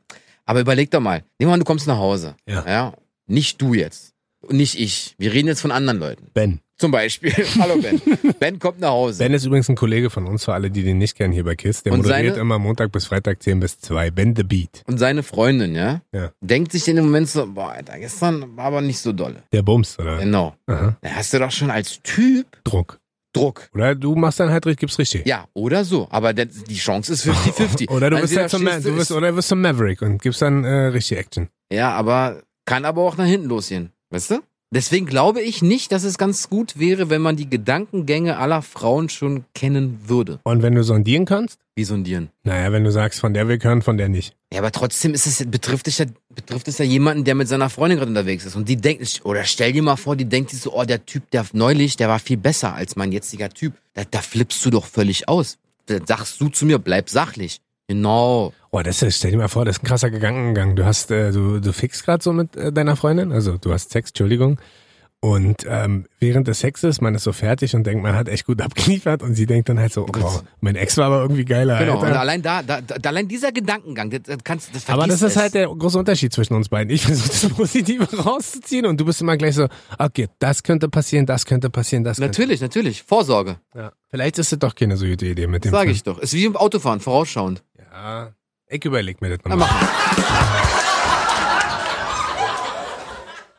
S2: Aber überleg doch mal. Nehmen wir an, du kommst nach Hause.
S1: Ja.
S2: Nicht du jetzt. Und nicht ich. Wir reden jetzt von anderen Leuten.
S1: Ben.
S2: Zum Beispiel. [laughs] Hallo Ben. Ben kommt nach Hause.
S1: Ben ist übrigens ein Kollege von uns, für alle, die den nicht kennen, hier bei KISS. Der
S2: Und
S1: moderiert
S2: seine-
S1: immer Montag bis Freitag 10 bis 2. Ben the Beat.
S2: Und seine Freundin, ja,
S1: Ja.
S2: denkt sich in dem Moment so, boah, Alter, gestern war aber nicht so dolle.
S1: Der Bums, oder?
S2: Genau.
S1: Aha.
S2: Da hast du doch schon als Typ
S1: Druck.
S2: Druck.
S1: Oder du machst dann halt richtig, gibst richtig.
S2: Ja, oder so. Aber der, die Chance ist
S1: [laughs]
S2: 50-50.
S1: Oder du bist
S2: Entweder
S1: halt zum, Ma
S2: stehst
S1: du bist, oder du bist zum Maverick und gibst dann äh, richtig Action.
S2: Ja, aber kann aber auch nach hinten losgehen, weißt du? Deswegen glaube ich nicht, dass es ganz gut wäre, wenn man die Gedankengänge aller Frauen schon kennen würde.
S1: Und wenn du sondieren kannst?
S2: Wie sondieren.
S1: Naja, wenn du sagst, von der will ich hören, von der nicht.
S2: Ja, aber trotzdem ist es, betrifft, es ja, betrifft es ja jemanden, der mit seiner Freundin gerade unterwegs ist. Und die denkt, oder stell dir mal vor, die denkt sich so, oh, der Typ, der neulich, der war viel besser als mein jetziger Typ. Da, da flippst du doch völlig aus. Da sagst du zu mir, bleib sachlich. Genau.
S1: Oh, das ist, stell dir mal vor, das ist ein krasser Gedankengang. Du hast, äh, du, du fixst gerade so mit äh, deiner Freundin, also du hast Sex, Entschuldigung. Und ähm, während des Sexes, man ist so fertig und denkt, man hat echt gut [laughs] abgeliefert und sie denkt dann halt so, oh,
S2: Gott.
S1: wow, mein Ex war aber irgendwie geiler.
S2: Genau. Und
S1: Alter.
S2: allein da, da, da, allein dieser Gedankengang, das, das kannst, das
S1: Aber das
S2: vergisst
S1: ist halt
S2: es.
S1: der große Unterschied zwischen uns beiden. Ich [laughs] versuche das Positive rauszuziehen und du bist immer gleich so, okay, das könnte passieren, das könnte passieren, das
S2: Natürlich, natürlich. Vorsorge.
S1: könnte. Ja. Vielleicht ist es doch keine so gute Idee mit dem.
S2: Sage ich doch. Ist wie im Autofahren, vorausschauend.
S1: Film. Ja, Ah, ich überleg mir das
S2: Na,
S1: nochmal.
S2: mach mal.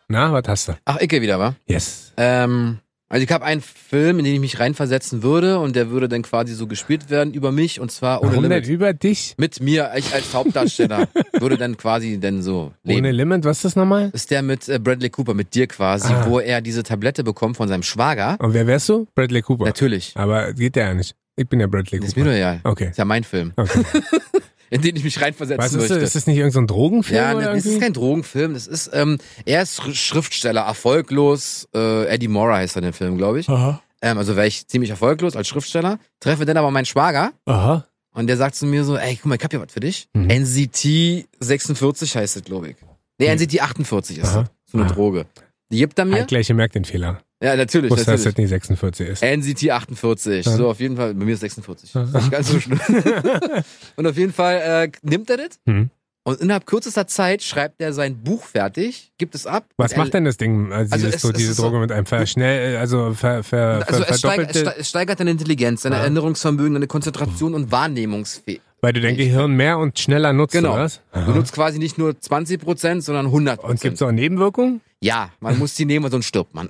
S1: Na, was hast du?
S2: Ach, Icke wieder, wa?
S1: Yes.
S2: Ähm, Also ich habe einen Film, in den ich mich reinversetzen würde und der würde dann quasi so gespielt werden über mich und zwar ohne
S1: Warum denn
S2: Limit.
S1: über dich?
S2: Mit mir, ich als
S1: [laughs]
S2: Hauptdarsteller würde dann quasi dann so leben.
S1: Ohne Limit, was ist das nochmal?
S2: Ist der mit äh, Bradley Cooper, mit dir quasi,
S1: Ah.
S2: wo er diese Tablette bekommt von seinem Schwager.
S1: Und wer wärst du? Bradley Cooper.
S2: Natürlich.
S1: Aber geht der ja nicht. Ich bin ja Bradley
S2: Das ist mir
S1: Cooper.
S2: doch ja.
S1: Okay.
S2: Ist ja mein Film,
S1: okay.
S2: [laughs] in den ich mich reinversetzen
S1: Was ist
S2: möchte.
S1: das? Ist das nicht irgendein so ein Drogenfilm?
S2: ja,
S1: oder
S2: ne, das ist
S1: irgendwie?
S2: kein Drogenfilm. Das ist, ähm, er ist Sch- Schriftsteller, erfolglos. Äh, Eddie Mora heißt er in dem Film, glaube ich.
S1: Aha.
S2: Ähm, also wäre ich ziemlich erfolglos als Schriftsteller. Treffe dann aber meinen Schwager
S1: Aha.
S2: und der sagt zu mir so, ey, guck mal, ich hab hier was für dich.
S1: Mhm.
S2: NCT 46 heißt es, glaube ich. Nee, NCT 48 ist
S1: Mhm. Aha.
S2: das. So eine
S1: Aha.
S2: Droge. Die gibt er mir.
S1: Halt gleich, ihr merkt den Fehler.
S2: Ja, natürlich,
S1: Wusste, dass
S2: natürlich.
S1: das nicht 46 ist.
S2: NCT 48.
S1: Ja.
S2: So, auf jeden Fall. Bei mir ist 46.
S1: Ja.
S2: Ist nicht ganz so schlimm.
S1: [laughs]
S2: und auf jeden Fall äh, nimmt er das.
S1: Hm.
S2: Und innerhalb kürzester Zeit schreibt er sein Buch fertig, gibt es ab.
S1: Was
S2: Und er-
S1: macht denn das Ding, also
S2: Also
S1: dieses,
S2: es-
S1: so,
S2: es
S1: diese
S2: ist so- Hm.
S1: Droge mit einem ver schnell, äh, also ver, ver, ver,
S2: Also es steigert,
S1: verdoppelte,
S2: es ste- es steigert deine Intelligenz, dein
S1: Ja.
S2: Erinnerungsvermögen, deine Konzentration und Wahrnehmungsfähigkeit.
S1: weil du dein
S2: ich-
S1: Gehirn mehr und schneller nutzt,
S2: Genau.
S1: oder was?
S2: Du nutzt quasi nicht nur 20%, sondern 100%.
S1: Und gibt's auch Nebenwirkungen?
S2: ja, [laughs] man muss die nehmen, sonst stirbt man.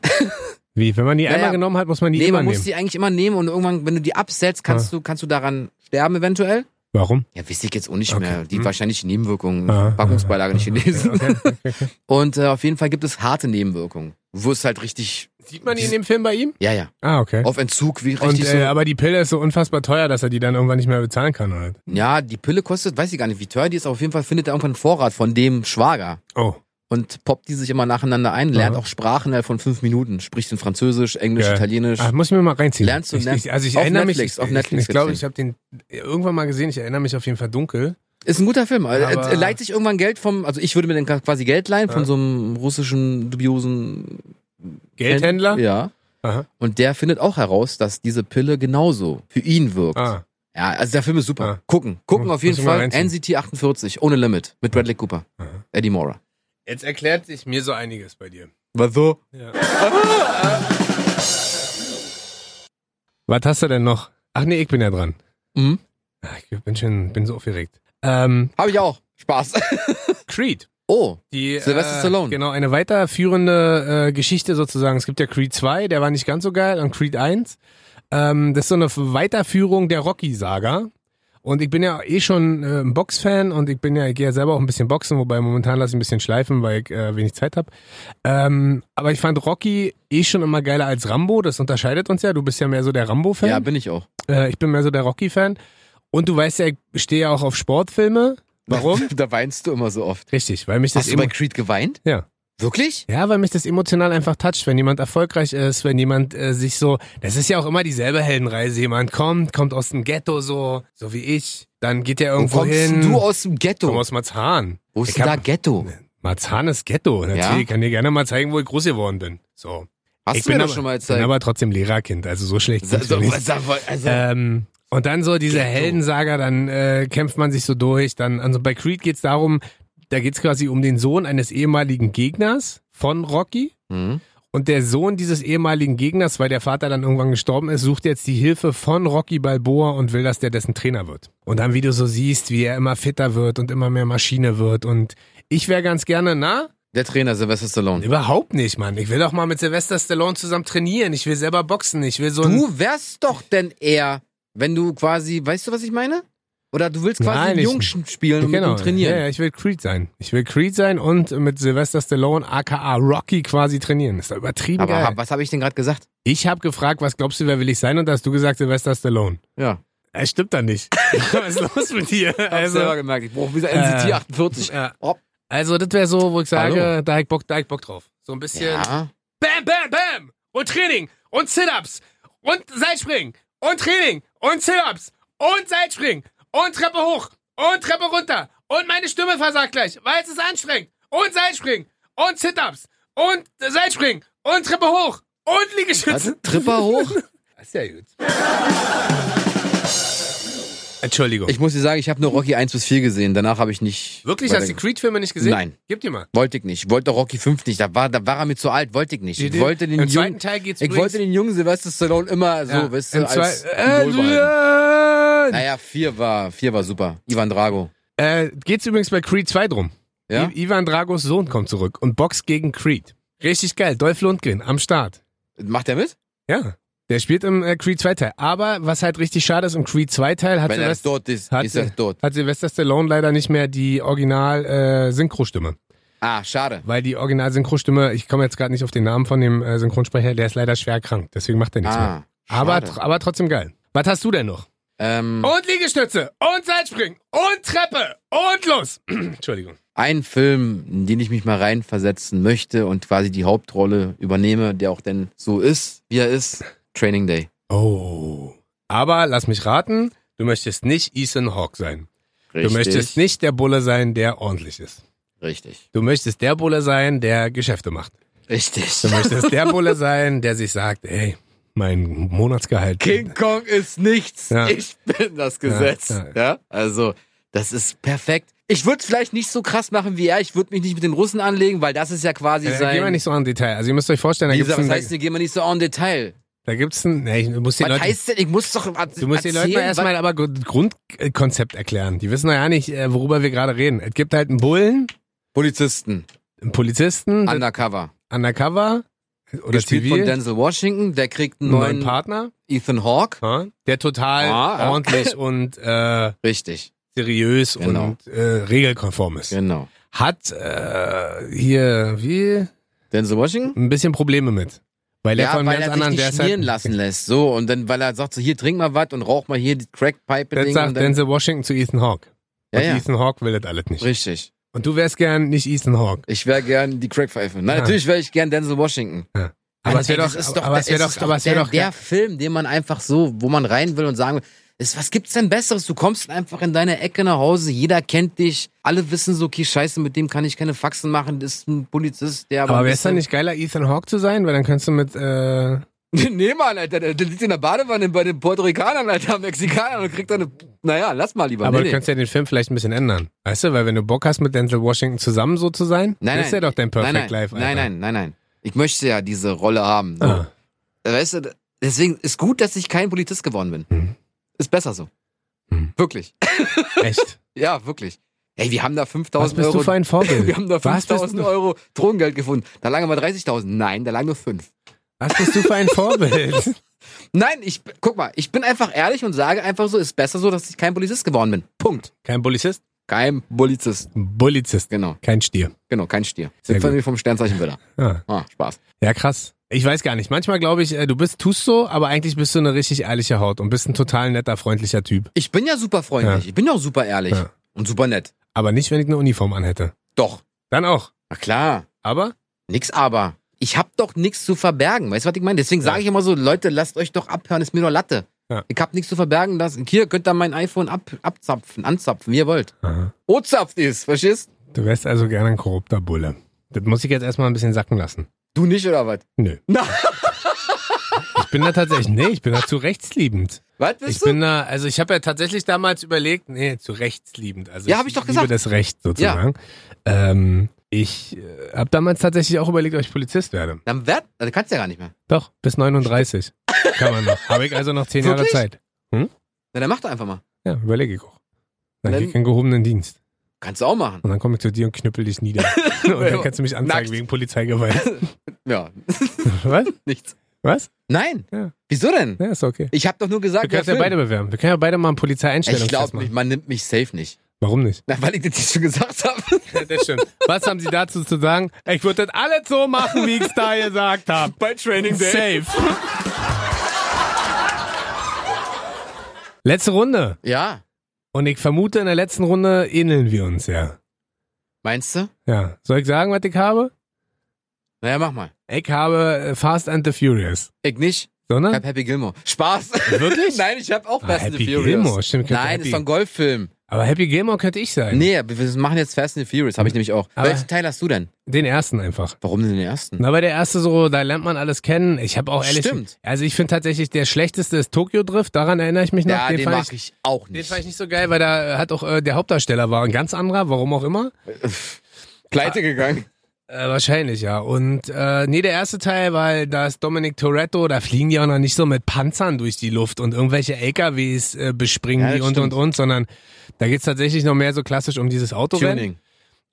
S1: Wie, wenn man die
S2: Naja,
S1: einmal genommen hat, muss man die
S2: nee,
S1: immer
S2: man muss
S1: nehmen.
S2: die eigentlich immer nehmen und irgendwann, wenn du die absetzt, kannst, du, kannst du daran sterben eventuell. [laughs]
S1: Warum?
S2: Ah. Ja, weiß ich jetzt auch nicht
S1: Okay.
S2: mehr. Die
S1: Hm.
S2: wahrscheinlich Nebenwirkungen,
S1: Ah,
S2: Packungsbeilage nicht gelesen.
S1: Okay.
S2: Und äh, auf jeden Fall gibt es harte Nebenwirkungen. Du wirst halt richtig,
S1: Sieht man die in dem Film bei ihm?
S2: ja, ja,
S1: Ah, okay.
S2: auf Entzug, wie
S1: Und,
S2: richtig
S1: äh,
S2: so.
S1: aber die Pille ist so unfassbar teuer, dass er die dann irgendwann nicht mehr bezahlen kann, oder?
S2: Ja, die Pille kostet, weiß ich gar nicht, wie teuer die ist, aber auf jeden Fall findet er irgendwann einen Vorrat von dem Schwager
S1: Oh,
S2: und poppt die sich immer nacheinander ein, lernt
S1: Aha.
S2: auch Sprachen innerhalb von fünf Minuten, spricht in Französisch, Englisch,
S1: Geil.
S2: Italienisch.
S1: Ach, Ah, muss ich mir mal reinziehen.
S2: Lernst du,
S1: ich,
S2: ne?
S1: ich, Also ich
S2: Auf
S1: erinnere
S2: Netflix,
S1: mich,
S2: auf Netflix
S1: ich, ich glaube,
S2: gibt's
S1: ich habe den äh, irgendwann mal gesehen, ich erinnere mich auf jeden Fall dunkel.
S2: Ist ein guter Film. Also,
S1: Aber-
S2: er, er leiht sich irgendwann Geld vom, also ich würde mir dann quasi Geld leihen von
S1: Ja.
S2: so einem russischen dubiosen
S1: Geldhändler?
S2: Ja.
S1: Aha.
S2: Und der findet auch heraus, dass diese Pille genauso für ihn wirkt.
S1: Ah,
S2: Ja, also der Film ist super.
S1: Ah.
S2: Gucken, gucken
S1: Muss-
S2: auf jeden
S1: muss ich mal
S2: Fall.
S1: reinziehen.
S2: NCT 48, ohne Limit, mit Bradley Cooper,
S1: Aha.
S2: Eddie Mora.
S1: Jetzt erklärt sich mir so einiges bei dir.
S2: Was so?
S1: Was hast du denn noch? Ach nee, ich bin ja dran.
S2: Mhm.
S1: Ach, Ich bin schon, bin so aufgeregt. Ähm,
S2: Hab ich auch. Spaß. [laughs]
S1: Creed.
S2: Oh,
S1: Die,
S2: Sylvester
S1: äh,
S2: Stallone.
S1: Genau, eine weiterführende äh, Geschichte sozusagen. Es gibt ja Creed 2, der war nicht ganz so geil, und Creed 1. Ähm, das ist so eine Weiterführung der Rocky-Saga. Und ich bin ja eh schon äh, ein Box-Fan und ich bin ja, ich gehe ja selber auch ein bisschen boxen, wobei momentan lasse ich ein bisschen schleifen, weil ich äh, wenig Zeit habe. Ähm, aber ich fand Rocky eh schon immer geiler als Rambo. Das unterscheidet uns ja. Du bist ja mehr so der Rambo-Fan.
S2: ja, bin ich auch.
S1: Äh, ich bin mehr so der Rocky-Fan. Und du weißt ja, ich stehe ja auch auf Sportfilme. Warum?
S2: [laughs] da weinst du immer so oft.
S1: Richtig, weil mich das
S2: Hast du bei
S1: immer.
S2: Creed geweint?
S1: Ja.
S2: Wirklich?
S1: Ja, weil mich das emotional einfach toucht, wenn jemand erfolgreich ist, wenn jemand äh, sich so, das ist ja auch immer dieselbe Heldenreise, jemand kommt, kommt aus dem Ghetto so, so wie ich, dann geht er
S2: Wo
S1: irgendwo
S2: kommst
S1: hin.
S2: du aus dem
S1: Komm
S2: Ghetto?
S1: aus Marzahn.
S2: Wo ist
S1: Ich
S2: denn da
S1: hab-
S2: Ghetto?
S1: Marzahn ist Ghetto, natürlich,
S2: Ja?
S1: ich kann dir gerne mal zeigen, wo ich groß geworden bin. So.
S2: Hast
S1: ich
S2: du
S1: bin
S2: mir das
S1: aber-
S2: schon mal
S1: Bin
S2: gezeigt?
S1: aber trotzdem Lehrerkind, also so schlecht.
S2: Sa-
S1: sind's wir
S2: sa-
S1: nicht.
S2: sag mal, also-
S1: Ähm, und dann so diese
S2: Ghetto.
S1: Heldensaga, dann äh, kämpft man sich so durch. Dann, also bei Creed geht's darum, da geht's quasi um den Sohn eines ehemaligen Gegners von Rocky.
S2: Mhm.
S1: Und der Sohn dieses ehemaligen Gegners, weil der Vater dann irgendwann gestorben ist, sucht jetzt die Hilfe von Rocky Balboa und will, dass der dessen Trainer wird. Und dann, wie du so siehst, wie er immer fitter wird und immer mehr Maschine wird. Und ich wäre ganz gerne, na?
S2: Der Trainer Sylvester Stallone.
S1: Überhaupt nicht, Mann. Ich will doch mal mit Sylvester Stallone zusammen trainieren. Ich will selber boxen. Ich will so ein.
S2: Du wärst doch denn eher, wenn du quasi, weißt du, was ich meine? Oder du willst quasi
S1: Nein,
S2: einen
S1: ich-
S2: Jungen spielen und mit ihm
S1: Genau.
S2: trainieren.
S1: Ja, ja, ich will Creed sein. Ich will Creed sein und mit Sylvester Stallone, aka Rocky, quasi trainieren. Ist doch übertrieben
S2: Aber
S1: geil.
S2: hab, was habe ich denn gerade gesagt?
S1: Ich habe gefragt, was glaubst du, wer will ich sein? Und da hast du gesagt, Sylvester Stallone.
S2: Ja.
S1: Das stimmt dann
S2: [laughs]
S1: nicht. Was ist los mit dir?
S2: Ich hab's selber
S1: Also,
S2: gemerkt. Ich brauche wieder
S1: Äh,
S2: NCT 48.
S1: ja.
S2: Oh.
S1: also das wäre so, wo ich sage,
S2: Hallo.
S1: da hab ich Bock, da hab ich Bock drauf. So ein bisschen
S2: Ja.
S1: Bam, Bam, Bam und Training und Sit-Ups und Seilspringen und Training und Sit-Ups und Seilspringen und Treppe hoch und Treppe runter und meine Stimme versagt gleich, weil es ist anstrengend und Seilspringen und Sit-Ups und Seilspringen und Treppe hoch und
S2: Was?
S1: Liegestützen.
S2: Tripper hoch?
S1: Das ist ja gut. Entschuldigung.
S2: Ich muss dir sagen, ich habe nur Rocky 1 bis 4 gesehen. Danach habe ich nicht.
S1: Wirklich, hast du die
S2: weiter-
S1: Creed-Filme nicht gesehen?
S2: Nein.
S1: Gib dir mal.
S2: Wollte ich nicht. Wollte auch Rocky 5 nicht. Da war, da war er mir zu alt. Wollte ich nicht. Ich wollte den
S1: Im zweiten
S2: jungen,
S1: Teil geht's
S2: ich wollte den jungen Sylvester Stallone immer so,
S1: übrigens- ja,
S2: weißt
S1: im
S2: du, als
S1: zwei- äh,
S2: Idol behalten.
S1: Adrian!
S2: Naja, 4 war, 4 war super. Ivan Drago.
S1: äh, Geht's übrigens bei Creed 2 drum.
S2: Ja?
S1: I Ivan Dragos Sohn kommt zurück und boxt gegen Creed. Richtig geil. Dolph Lundgren am Start.
S2: Macht er mit?
S1: Ja. Der spielt im äh, Creed 2 Teil. Aber was halt richtig schade ist, im Creed 2 Teil hat,
S2: Wenn er
S1: Silvester,
S2: dort ist,
S1: hat
S2: ist er
S1: sie-
S2: dort.
S1: hat Sylvester Stallone leider nicht mehr die Original äh, Synchro-Stimme.
S2: Ah, schade.
S1: Weil die Original Synchro-Stimme, ich komme jetzt gerade nicht auf den Namen von dem äh, Synchronsprecher, der ist leider schwer krank. Deswegen macht er nichts mehr.
S2: Ah,
S1: Aber, Oh.
S2: schade.
S1: tr- aber trotzdem geil. Was hast du denn noch?
S2: ähm,
S1: Und Liegestütze und Seilspringen und Treppe und los. [clears throat] Entschuldigung.
S2: ein Film, in den ich mich mal reinversetzen möchte und quasi die Hauptrolle übernehme, der auch denn so ist, wie er ist, Training Day.
S1: Oh. Aber lass mich raten, du möchtest nicht Ethan Hawke sein. Du möchtest nicht der Bulle sein, der ordentlich ist.
S2: Richtig.
S1: Du möchtest der Bulle sein, der Geschäfte macht.
S2: Richtig.
S1: Du möchtest der Bulle sein, der sich sagt, ey, mein Monatsgehalt.
S2: [laughs] King Kong ist nichts.
S1: Ja.
S2: Ich bin das Gesetz.
S1: Ja,
S2: Ja,
S1: ja.
S2: Also, das ist perfekt. Ich würde es vielleicht nicht so krass machen wie er. Ich würde mich nicht mit den Russen anlegen, weil das ist ja quasi
S1: Äh, gehen wir
S2: sein.
S1: nicht so an Detail. Also ihr müsst euch vorstellen, da
S2: Wie
S1: gibt's
S2: gesagt,
S1: einen,
S2: was
S1: da,
S2: heißt, denn, gehen wir nicht so en Detail.
S1: da gibt's einen, ne, ich muss den
S2: Was
S1: Leuten,
S2: heißt denn, ich muss doch.
S1: du musst den Leuten mal erstmal aber Grund- Grundkonzept erklären. Die wissen doch ja nicht, äh, worüber wir gerade reden. Es gibt halt einen Bullen,
S2: Polizisten,
S1: einen Polizisten,
S2: undercover.
S1: undercover oder
S2: Gespielt von
S1: zivil,
S2: Denzel Washington, der kriegt einen
S1: einen neuen
S2: neuen
S1: Partner,
S2: Ethan Hawke.
S1: ja, der total
S2: Ah, ja. [laughs]
S1: ordentlich und äh,
S2: Richtig,
S1: seriös
S2: Genau.
S1: und äh, regelkonform ist.
S2: genau.
S1: Hat äh, hier wie
S2: Denzel Washington?
S1: ein bisschen Probleme mit. Weil er
S2: Ja,
S1: von
S2: weil
S1: ganz
S2: er sich
S1: anderen
S2: nicht
S1: wär's
S2: schmieren
S1: halt,
S2: lassen lässt. So, und dann, weil er sagt so, hier, trink mal was und rauch mal hier die
S1: Das
S2: Crackpipe-Ding. und
S1: sagt
S2: dann-
S1: Denzel Washington zu Ethan Hawke.
S2: Ja,
S1: und
S2: ja.
S1: Ethan Hawke will das alles nicht.
S2: Richtig.
S1: Und du wärst gern nicht Ethan Hawke.
S2: Ich wäre gern die Crackpfeife. Nein,
S1: Ja.
S2: natürlich wäre ich gern Denzel Washington.
S1: Aber es wäre
S2: ey,
S1: doch,
S2: das ist
S1: aber es wäre
S2: das
S1: doch,
S2: ist
S1: aber es wäre
S2: der,
S1: doch,
S2: der Film, den man einfach so, wo man rein will und sagen will, ist, was gibt's denn Besseres? Du kommst einfach in deine Ecke nach Hause, jeder kennt dich, alle wissen so, okay, scheiße, mit dem kann ich keine Faxen machen, das ist ein Polizist, der aber.
S1: aber
S2: ein
S1: wär's dann
S2: bisschen-
S1: nicht geiler, Ethan Hawke zu sein? Weil dann kannst du mit, äh,
S2: [laughs] nee, Mann, Alter, der, der liegt in der Badewanne bei den Puerto Ricanern, Alter, Mexikanern und kriegt dann eine. Naja, lass mal lieber.
S1: Aber
S2: nee,
S1: du
S2: nee.
S1: kannst ja den Film vielleicht ein bisschen ändern. Weißt du, weil wenn du Bock hast, mit Denzel Washington zusammen so zu sein,
S2: Nein,
S1: das
S2: nein.
S1: ist ja doch dein Perfect
S2: nein, nein,
S1: Life. Alter.
S2: Nein, nein, nein, nein. Ich möchte ja diese Rolle haben. So. Äh,
S1: Ah.
S2: Weißt du, deswegen ist gut, dass ich kein Polizist geworden bin.
S1: Mhm.
S2: Ist besser so.
S1: Mhm.
S2: Wirklich. [laughs]
S1: Echt?
S2: Ja, wirklich. Ey, wir haben da
S1: Was
S2: 5000
S1: bist
S2: Euro.
S1: du für ein Vorbild?
S2: [laughs] wir haben da
S1: Was bist
S2: 5000
S1: du-
S2: Euro Drogengeld gefunden. Da lagen aber 30.000. Nein, da lagen nur 5.
S1: Was bist du für ein Vorbild?
S2: [laughs] Nein, ich, guck mal, ich bin einfach ehrlich und sage einfach so, ist besser so, dass ich kein Polizist geworden bin. Punkt.
S1: Kein Polizist?
S2: Kein Polizist.
S1: Polizist.
S2: Genau,
S1: Kein Stier.
S2: genau, kein Stier.
S1: Sehr
S2: Sind
S1: gut.
S2: wir vom Sternzeichen wieder.
S1: Ah.
S2: Ah, Spaß.
S1: Ja, krass. Ich weiß gar nicht. Manchmal glaube ich, äh, du bist, tust so, aber eigentlich bist du eine richtig ehrliche Haut und bist ein total netter, freundlicher Typ.
S2: Ich bin ja super freundlich. Ich bin ja auch super ehrlich.
S1: Ja.
S2: Und super nett.
S1: Aber nicht, wenn ich eine Uniform anhätte.
S2: Doch.
S1: Dann auch.
S2: Na klar.
S1: Aber
S2: Nix aber. Ich hab doch nichts zu verbergen. Weißt du, was ich meine? Deswegen
S1: Ja.
S2: sage ich immer so, Leute, lasst euch doch abhören, ist mir nur Latte.
S1: Ja.
S2: Ich hab nichts zu verbergen lassen. Hier könnt ihr mein iPhone ab, abzapfen, anzapfen, wie ihr wollt. Ozapft ist, verstehst?
S1: du wärst also gerne ein korrupter Bulle. Das muss ich jetzt erstmal ein bisschen sacken lassen.
S2: Du nicht oder was? [laughs]
S1: Nö.
S2: Na.
S1: Ich bin da tatsächlich, nee, ich bin da zu rechtsliebend.
S2: Was bist
S1: Ich
S2: du?
S1: bin da, also ich habe ja tatsächlich damals überlegt, nee, zu rechtsliebend. Also
S2: Ja, hab ich doch
S1: liebe
S2: gesagt.
S1: das Recht sozusagen. Ähm, ich äh, habe damals tatsächlich auch überlegt, ob ich Polizist werde.
S2: Dann werd, also kannst du ja gar nicht mehr.
S1: Doch, bis 39 kann man noch. Habe ich also noch zehn Jahre
S2: Wirklich?
S1: Zeit.
S2: Na, dann mach doch einfach mal.
S1: Ja, überlege ich auch. Dann
S2: Dann-
S1: krieg ich einen gehobenen Dienst.
S2: Kannst du auch machen.
S1: Und dann komme ich zu dir und knüppel dich
S2: [laughs]
S1: nieder. Und dann kannst du mich anzeigen
S2: Nackt.
S1: wegen
S2: [laughs]
S1: Polizeigewalt.
S2: Ja,
S1: Was?
S2: nichts.
S1: Was?
S2: Nein.
S1: Ja.
S2: Wieso denn?
S1: Ja, ist okay.
S2: Ich hab doch nur
S1: Wir
S2: gesagt,
S1: können uns ja
S2: wer
S1: beide
S2: filmt.
S1: bewerben. Wir können ja beide mal einen
S2: ich
S1: Polizeieinstellungstest
S2: glaube
S1: machen.
S2: nicht, man nimmt mich safe nicht.
S1: Warum nicht?
S2: Na, weil ich das nicht schon
S1: [laughs]
S2: gesagt habe.
S1: Das stimmt. Was haben Sie dazu zu sagen? Ich würde das alles so machen, wie ich es da gesagt habe.
S2: Bei Training
S1: Safe. Letzte Runde.
S2: Ja,
S1: Und ich vermute, in der letzten Runde ähneln wir uns, ja.
S2: meinst du?
S1: Ja. Soll ich sagen, was ich habe?
S2: Naja, mach mal.
S1: Ich habe äh, Fast and the Furious. ne?
S2: Ich nicht. Ich
S1: Sondern?
S2: hab Happy Gilmore. Spaß.
S1: Wirklich?
S2: [laughs] Nein, ich hab auch
S1: Ah,
S2: Fast and
S1: Happy
S2: the Furious.
S1: Gilmore, stimmt. könnte
S2: Nein,
S1: Happy,
S2: ist doch ein Golffilm.
S1: aber Happy Gilmore könnte ich sein.
S2: Nee, wir wir machen jetzt Fast and the Furious, habe ich nämlich auch.
S1: Mhm. Aber-
S2: Welchen Teil hast du denn?
S1: Den ersten einfach.
S2: Warum denn den ersten?
S1: Na, weil der erste so, da lernt man alles kennen. Ich habe auch ehrlich.
S2: Stimmt.
S1: Also ich finde tatsächlich, der schlechteste ist Tokyo Drift, daran erinnere ich mich noch.
S2: Ja, den,
S1: fand
S2: mag ich, auch
S1: Den
S2: nicht.
S1: fand ich nicht so geil, weil da äh, hat auch äh, der Hauptdarsteller war ein ganz anderer, warum auch immer.
S2: Pleite gegangen.
S1: Äh, wahrscheinlich, ja. Und äh, nee, der erste Teil, weil da ist Dominic Toretto, da fliegen die auch noch nicht so mit Panzern durch die Luft und irgendwelche LKWs äh, bespringen
S2: Ja,
S1: die
S2: das
S1: und und
S2: stimmt.
S1: und, sondern da geht's tatsächlich noch mehr [laughs] so klassisch um dieses Autorennen
S2: Tuning.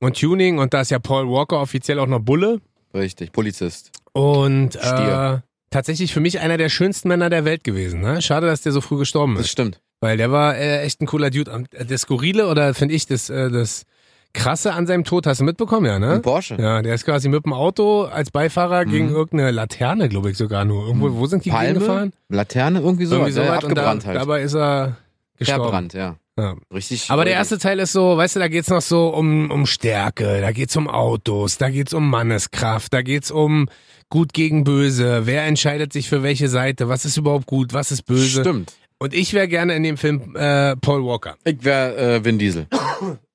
S1: und Tuning und da ist ja Paul Walker offiziell auch noch Bulle
S2: Richtig, Polizist.
S1: und äh,
S2: Stier.
S1: tatsächlich für mich einer der schönsten Männer der Welt gewesen. Ne? Schade, dass der so früh gestorben
S2: Das
S1: ist.
S2: stimmt.
S1: Weil der war äh, echt ein cooler Dude. Und, äh, Das Skurrile oder finde ich das, äh, das Krasse an seinem Tod hast du mitbekommen, ja,
S2: Ein
S1: ne?
S2: Porsche.
S1: Ja, der ist quasi mit dem Auto als Beifahrer
S2: Mhm.
S1: gegen irgendeine Laterne, glaube ich, sogar nur. Irgendwo, wo sind die
S2: Palme,
S1: gegengefahren?
S2: Laterne, irgendwie so.
S1: Irgendwie so
S2: ja,
S1: weit und da,
S2: abgebrannt halt.
S1: dabei ist er gestorben.
S2: Verbrannt, ja.
S1: Ja.
S2: Richtig.
S1: Aber der erste Teil ist so, weißt du, da geht's noch so um, um Stärke, da geht's um Autos, da geht's um Manneskraft, da geht's um Gut gegen Böse, wer entscheidet sich für welche Seite, was ist überhaupt gut, was ist böse.
S2: Stimmt.
S1: Und ich wäre gerne in dem Film äh, Paul Walker.
S2: Ich wäre äh,
S1: [laughs]
S2: Vin Diesel.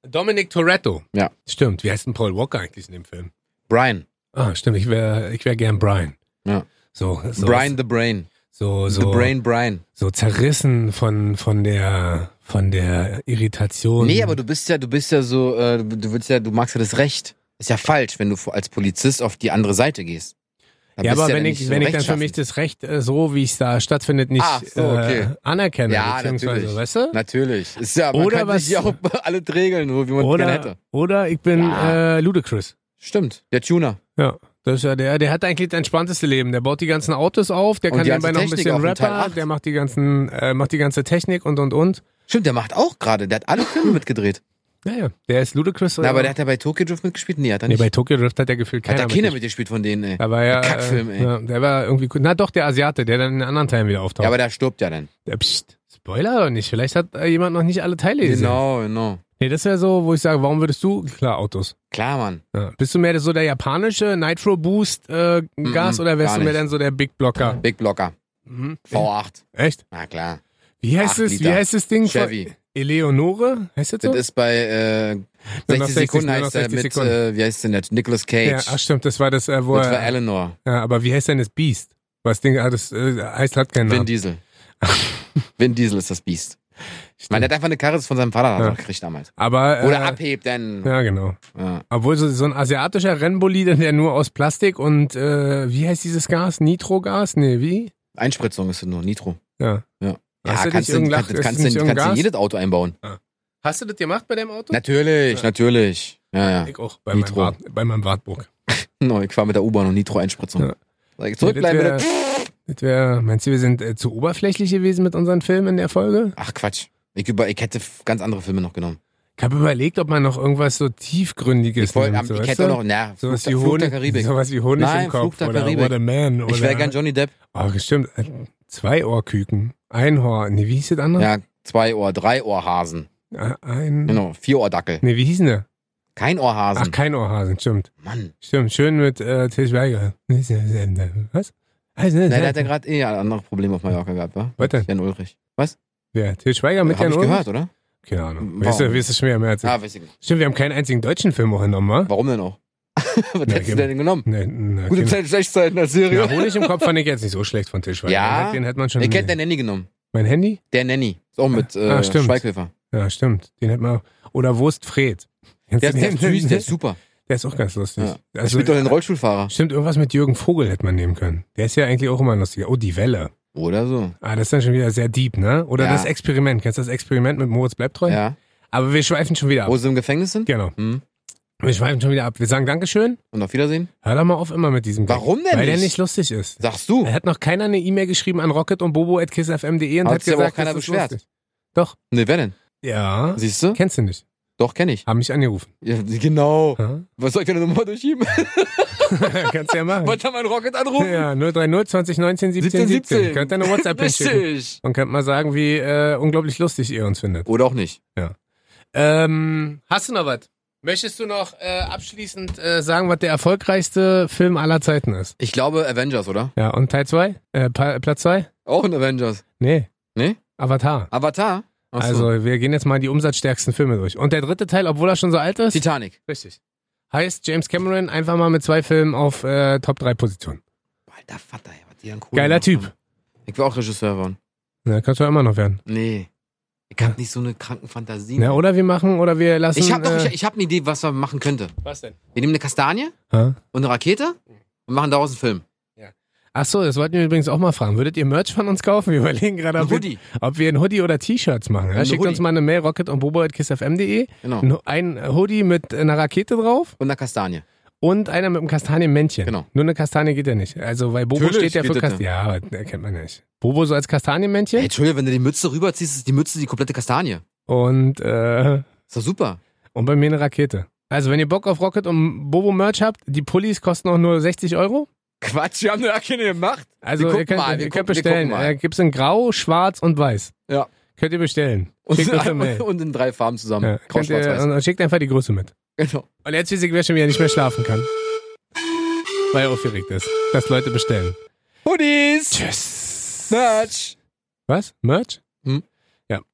S1: Dominic Toretto.
S2: Ja.
S1: Stimmt, wie heißt denn Paul Walker eigentlich in dem Film?
S2: Brian.
S1: Ah, stimmt, ich wäre ich wär gern Brian.
S2: Ja.
S1: So, so,
S2: Brian the Brain.
S1: so,
S2: The
S1: so,
S2: Brain Brian.
S1: so zerrissen von, von der, von der Irritation.
S2: Nee, aber du bist ja, du bist ja so, äh, du- du willst ja, du magst ja das Recht. Ist ja falsch, wenn du vor- als Polizist auf die andere Seite gehst. Da
S1: Ja,
S2: bist
S1: aber
S2: du
S1: wenn,
S2: nicht
S1: ich,
S2: so
S1: wenn ich dann für
S2: rechtschaffen.
S1: mich das Recht äh, so, wie es da stattfindet, nicht
S2: Ah, so, okay.
S1: äh, anerkenne,
S2: Ja,
S1: beziehungsweise,
S2: natürlich.
S1: weißt du?
S2: Natürlich. Ist ja, man
S1: Oder
S2: kann sich
S1: was-
S2: ja auch [laughs] alle regeln, so wie man gerne
S1: Oder,
S2: hätte.
S1: oder ich bin
S2: Ja.
S1: äh, Ludacris.
S2: Stimmt. Der Tuner.
S1: Ja, das ist ja der, der hat eigentlich das entspannteste Leben. Der baut die ganzen Autos auf, der
S2: Und
S1: kann
S2: die
S1: nebenbei
S2: ganze
S1: noch ein
S2: Technik
S1: bisschen
S2: auch in Teil
S1: Rapper,
S2: acht.
S1: der macht die ganzen, äh, macht die ganze Technik und und und.
S2: Stimmt, der macht auch gerade. Der hat alle Filme
S1: [laughs]
S2: mitgedreht.
S1: Naja, der ist Ludacris.
S2: Na, aber der hat ja bei Tokyo Drift mitgespielt? Nee, hat er
S1: nee,
S2: nicht.
S1: bei Tokyo Drift hat er gefühlt
S2: hat
S1: keiner
S2: da keiner
S1: mitgespielt.
S2: mitgespielt von denen, ey.
S1: Da war ja,
S2: Ein Kackfilm,
S1: äh,
S2: ey.
S1: ja, der war irgendwie gut. Na doch, der Asiate, der dann in den anderen Teilen wieder auftaucht.
S2: Ja, aber der stirbt ja dann.
S1: Äh, Psst, Spoiler oder nicht? Vielleicht hat äh, jemand noch nicht alle Teile gesehen.
S2: Genau, genau.
S1: Nee, das wäre so, wo ich sage, warum würdest du? Klar, Autos.
S2: Klar, Mann.
S1: Ja. Bist du mehr so der japanische Nitro Boost äh, Gas
S2: Mhm,
S1: oder wärst
S2: gar
S1: du mehr
S2: nicht.
S1: dann so der Big Blocker?
S2: Big Blocker.
S1: Mhm.
S2: V8.
S1: Echt?
S2: Na klar.
S1: Wie heißt
S2: Acht
S1: es? Wie
S2: Liter.
S1: heißt das Ding? von-
S2: Chevy.
S1: Eleonore? Heißt das so?
S2: Das ist bei äh,
S1: Nur noch
S2: 60 Sekunden
S1: 60,
S2: heißt er
S1: nur noch
S2: mit,
S1: 60 Sekunden.
S2: äh, wie heißt denn der? Nicolas
S1: ja,
S2: Cage.
S1: ach stimmt, das war das, äh, wo
S2: das war
S1: er,
S2: Eleanor.
S1: ja, aber wie heißt denn das Beast? Was Ding, ah, das äh, heißt, hat keinen
S2: Vin
S1: Namen. [laughs]
S2: Diesel. Vin Diesel ist das Biest. Ich meine, der hat einfach eine Karre von seinem Vater
S1: Ja.
S2: gekriegt damals.
S1: Aber, äh,
S2: Oder abhebt, denn.
S1: Ja, genau.
S2: Ja.
S1: Obwohl so, so ein asiatischer Rennbolide, der nur aus Plastik und, äh, wie heißt dieses Gas? Nitrogas? Nee, wie?
S2: Einspritzung ist nur Nitro.
S1: Ja.
S2: Ja.
S1: Hast
S2: ja,
S1: du
S2: kannst
S1: nicht
S2: du
S1: irgendein,
S2: kannst,
S1: Lach- hast
S2: kannst,
S1: du nicht
S2: kannst,
S1: irgendein
S2: kannst in
S1: Gas?
S2: jedes Auto einbauen.
S1: Hast du das gemacht bei deinem Auto?
S2: Natürlich,
S1: Ja.
S2: natürlich. Ja, ja.
S1: Ich auch, bei meinem,
S2: Nitro.
S1: Wart, bei meinem Wartburg.
S2: No, ich fahre mit der U-Bahn und Nitro-Einspritzung.
S1: Ja.
S2: Sag ich, Zurückbleiben
S1: Ja,
S2: bitte.
S1: das wär- Das wäre, meinst du, wir sind äh, zu oberflächlich gewesen mit unseren Filmen in der Folge?
S2: Ach Quatsch. Ich, über, ich hätte f- ganz andere Filme noch genommen.
S1: Ich habe überlegt, ob man noch irgendwas so tiefgründiges
S2: Ich, wollte,
S1: nimmt,
S2: ich
S1: weißt
S2: hätte
S1: du?
S2: noch, na, Flug,
S1: sowas wie
S2: Flug der
S1: Honig, [laughs]
S2: Karibik.
S1: sowas wie Honig
S2: Nein,
S1: im Kopf
S2: Flug der
S1: oder
S2: Karibik.
S1: What a Man oder
S2: ich wäre gern Johnny Depp.
S1: oh, stimmt, äh, zwei Ohrküken, ein Ohr, nee, wie hieß das andere?
S2: Ja, zwei Ohr, drei Ohrhasen.
S1: Äh, Ein,
S2: Genau, vier Ohrdackel.
S1: nee, wie hieß denn der?
S2: Kein
S1: Ach,
S2: Ohrhasen.
S1: kein Ohrhasen, stimmt.
S2: Mann.
S1: Stimmt, schön mit äh, Till Schweiger. Was? Ah,
S2: Na, der hat ja gerade eh ein anderes Problem auf Mallorca gehabt, wa?
S1: Was denn?
S2: Jan Ulrich. Was?
S1: Wer? Till Schweiger mit
S2: Hab
S1: Jan
S2: ich
S1: Ulrich?
S2: gehört, oder?
S1: Keine Ahnung.
S2: Warum?
S1: Weißt du, wirst du schon wieder mehr erzählen.
S2: Ah, weiß ich nicht.
S1: Stimmt, wir haben keinen einzigen deutschen Film auch genommen, wa?
S2: Warum denn auch? [laughs] Was
S1: Na,
S2: hättest du
S1: gib-
S2: denn genommen?
S1: Nee, na,
S2: Gute
S1: keine-
S2: Zeit, schlechte Zeiten als
S1: Na,
S2: Serie.
S1: Honig im Kopf fand ich jetzt nicht so schlecht von Tischweiger.
S2: Ja.
S1: Den, hat- den hat man schon.
S2: Ich hätte der Nanny genommen.
S1: mein Handy?
S2: Der Nanny. Ist auch mit äh,
S1: Ah, stimmt.
S2: Schweighöfer.
S1: Ja, stimmt. Den hat man. Oder Wurst Fred. Kennst
S2: Der,
S1: du
S2: ist- der ist
S1: den?
S2: süß, der ist super.
S1: [laughs] Der ist auch ganz lustig.
S2: Ja. Der
S1: Also,
S2: spielt doch den Rollstuhlfahrer.
S1: stimmt, irgendwas mit Jürgen Vogel hätte man nehmen können. Der ist ja eigentlich auch immer lustiger. Oh, die Welle.
S2: Oder so.
S1: Ah, das ist dann schon wieder sehr deep, ne? Oder
S2: Ja.
S1: das Experiment. Kennst du das Experiment mit Moritz Bleibtreu?
S2: Ja.
S1: Aber wir schweifen schon wieder ab.
S2: Wo sie im Gefängnis sind?
S1: Genau.
S2: Hm.
S1: Wir schweifen schon wieder ab. Wir sagen Dankeschön.
S2: Und auf Wiedersehen?
S1: Hör doch mal auf immer mit diesem Gag.
S2: Warum denn
S1: Weil der
S2: nicht?
S1: nicht Äh. lustig ist.
S2: Sagst du?
S1: Er hat noch keiner eine E-Mail geschrieben an rocket und bobo at kissfm.de und
S2: Hat
S1: hat, gesagt,
S2: sich aber auch keiner
S1: das ist
S2: beschwert.
S1: lustig. Doch.
S2: Ne, wer denn?
S1: Ja.
S2: Siehst du?
S1: Kennst du nicht.
S2: Doch, kenne ich.
S1: Haben mich angerufen.
S2: Ja, genau.
S1: Hm?
S2: Was soll ich denn nochmal durchschieben?
S1: [laughs] Kannst du ja machen.
S2: [laughs] Wollt ihr meinen Rocket anrufen?
S1: Ja, 030 20 19 17 17.
S2: 17.
S1: Könnt ihr eine WhatsApp hinschicken.
S2: [laughs] Richtig.
S1: Und könnt mal sagen, wie äh, unglaublich lustig ihr uns findet.
S2: Oder auch nicht.
S1: Ähm, hast du noch was? Möchtest du noch äh, abschließend äh, sagen, was der erfolgreichste Film aller Zeiten ist?
S2: Ich glaube Avengers, oder?
S1: Ja, und Teil 2? Äh, Pa- Platz 2?
S2: Auch in Avengers.
S1: Nee.
S2: Nee?
S1: Avatar.
S2: Avatar? Ach so.
S1: Also, wir gehen jetzt mal die umsatzstärksten Filme durch. Und der dritte Teil, obwohl er schon so alt ist,
S2: Titanic.
S1: richtig. Heißt James Cameron einfach mal mit zwei Filmen auf äh, Top 3 Position.
S2: Alter Vater, ey, was die dann cool
S1: Geiler
S2: gemacht
S1: Typ.
S2: haben. Ich will auch Regisseur werden.
S1: Na, kannst du ja immer noch werden.
S2: Nee. Ich hab nicht so eine kranken Fantasien.
S1: Na, oder wir machen oder wir lassen.
S2: ich hab noch,
S1: äh,
S2: ich, ich hab eine Idee, was man machen könnte.
S1: Was denn?
S2: Wir nehmen eine Kastanie
S1: Ha?
S2: und eine Rakete und machen daraus einen Film.
S1: Ach so, das wollten wir übrigens auch mal fragen. Würdet ihr Merch von uns kaufen? Wir überlegen gerade,
S2: Ein
S1: ob, wir-
S2: Hoodie.
S1: ob wir ein Hoodie oder T-Shirts machen. Ja,
S2: Ein
S1: schickt
S2: Hoodie.
S1: uns mal eine Mail, rocket und bobo.kissfm.de.
S2: Genau.
S1: Ein Hoodie mit einer Rakete drauf
S2: Und eine Kastanie.
S1: und einer mit einem Kastanienmännchen.
S2: Genau.
S1: Nur eine Kastanie geht ja nicht. Also, weil Bobo
S2: Natürlich
S1: steht ja für
S2: geht das
S1: Kastanie. Ja, aber der kennt man nicht. Bobo so als Kastanienmännchen
S2: Hey, Entschuldigung, wenn du die Mütze rüberziehst, ist die Mütze die komplette Kastanie.
S1: und, äh,
S2: Ist doch super.
S1: und bei mir eine Rakete. Also, wenn ihr Bock auf Rocket und Bobo Merch habt, die Pullis kosten auch nur 60 Euro.
S2: Quatsch, wir haben da keine gemacht. Wir
S1: Also,
S2: gucken
S1: ihr könnt,
S2: mal, wir
S1: ihr könnt
S2: gucken- wir
S1: bestellen.
S2: gucken mal.
S1: Äh, gibt's in Grau, Schwarz und Weiß.
S2: Ja.
S1: Könnt ihr bestellen.
S2: [laughs] Und,
S1: Schickt uns eine Mail.
S2: und in drei Farben zusammen.
S1: Ja,
S2: Grau,
S1: könnt
S2: schwarz,
S1: ihr,
S2: weiß.
S1: und schickt einfach die Größe mit.
S2: Genau.
S1: Und jetzt Physik, wer schon wieder nicht mehr schlafen kann. Weil er aufgeregt ist, dass Leute bestellen.
S2: Hoodies!
S1: Tschüss.
S2: Merch!
S1: Was? Merch?
S2: Hm?
S1: Ja.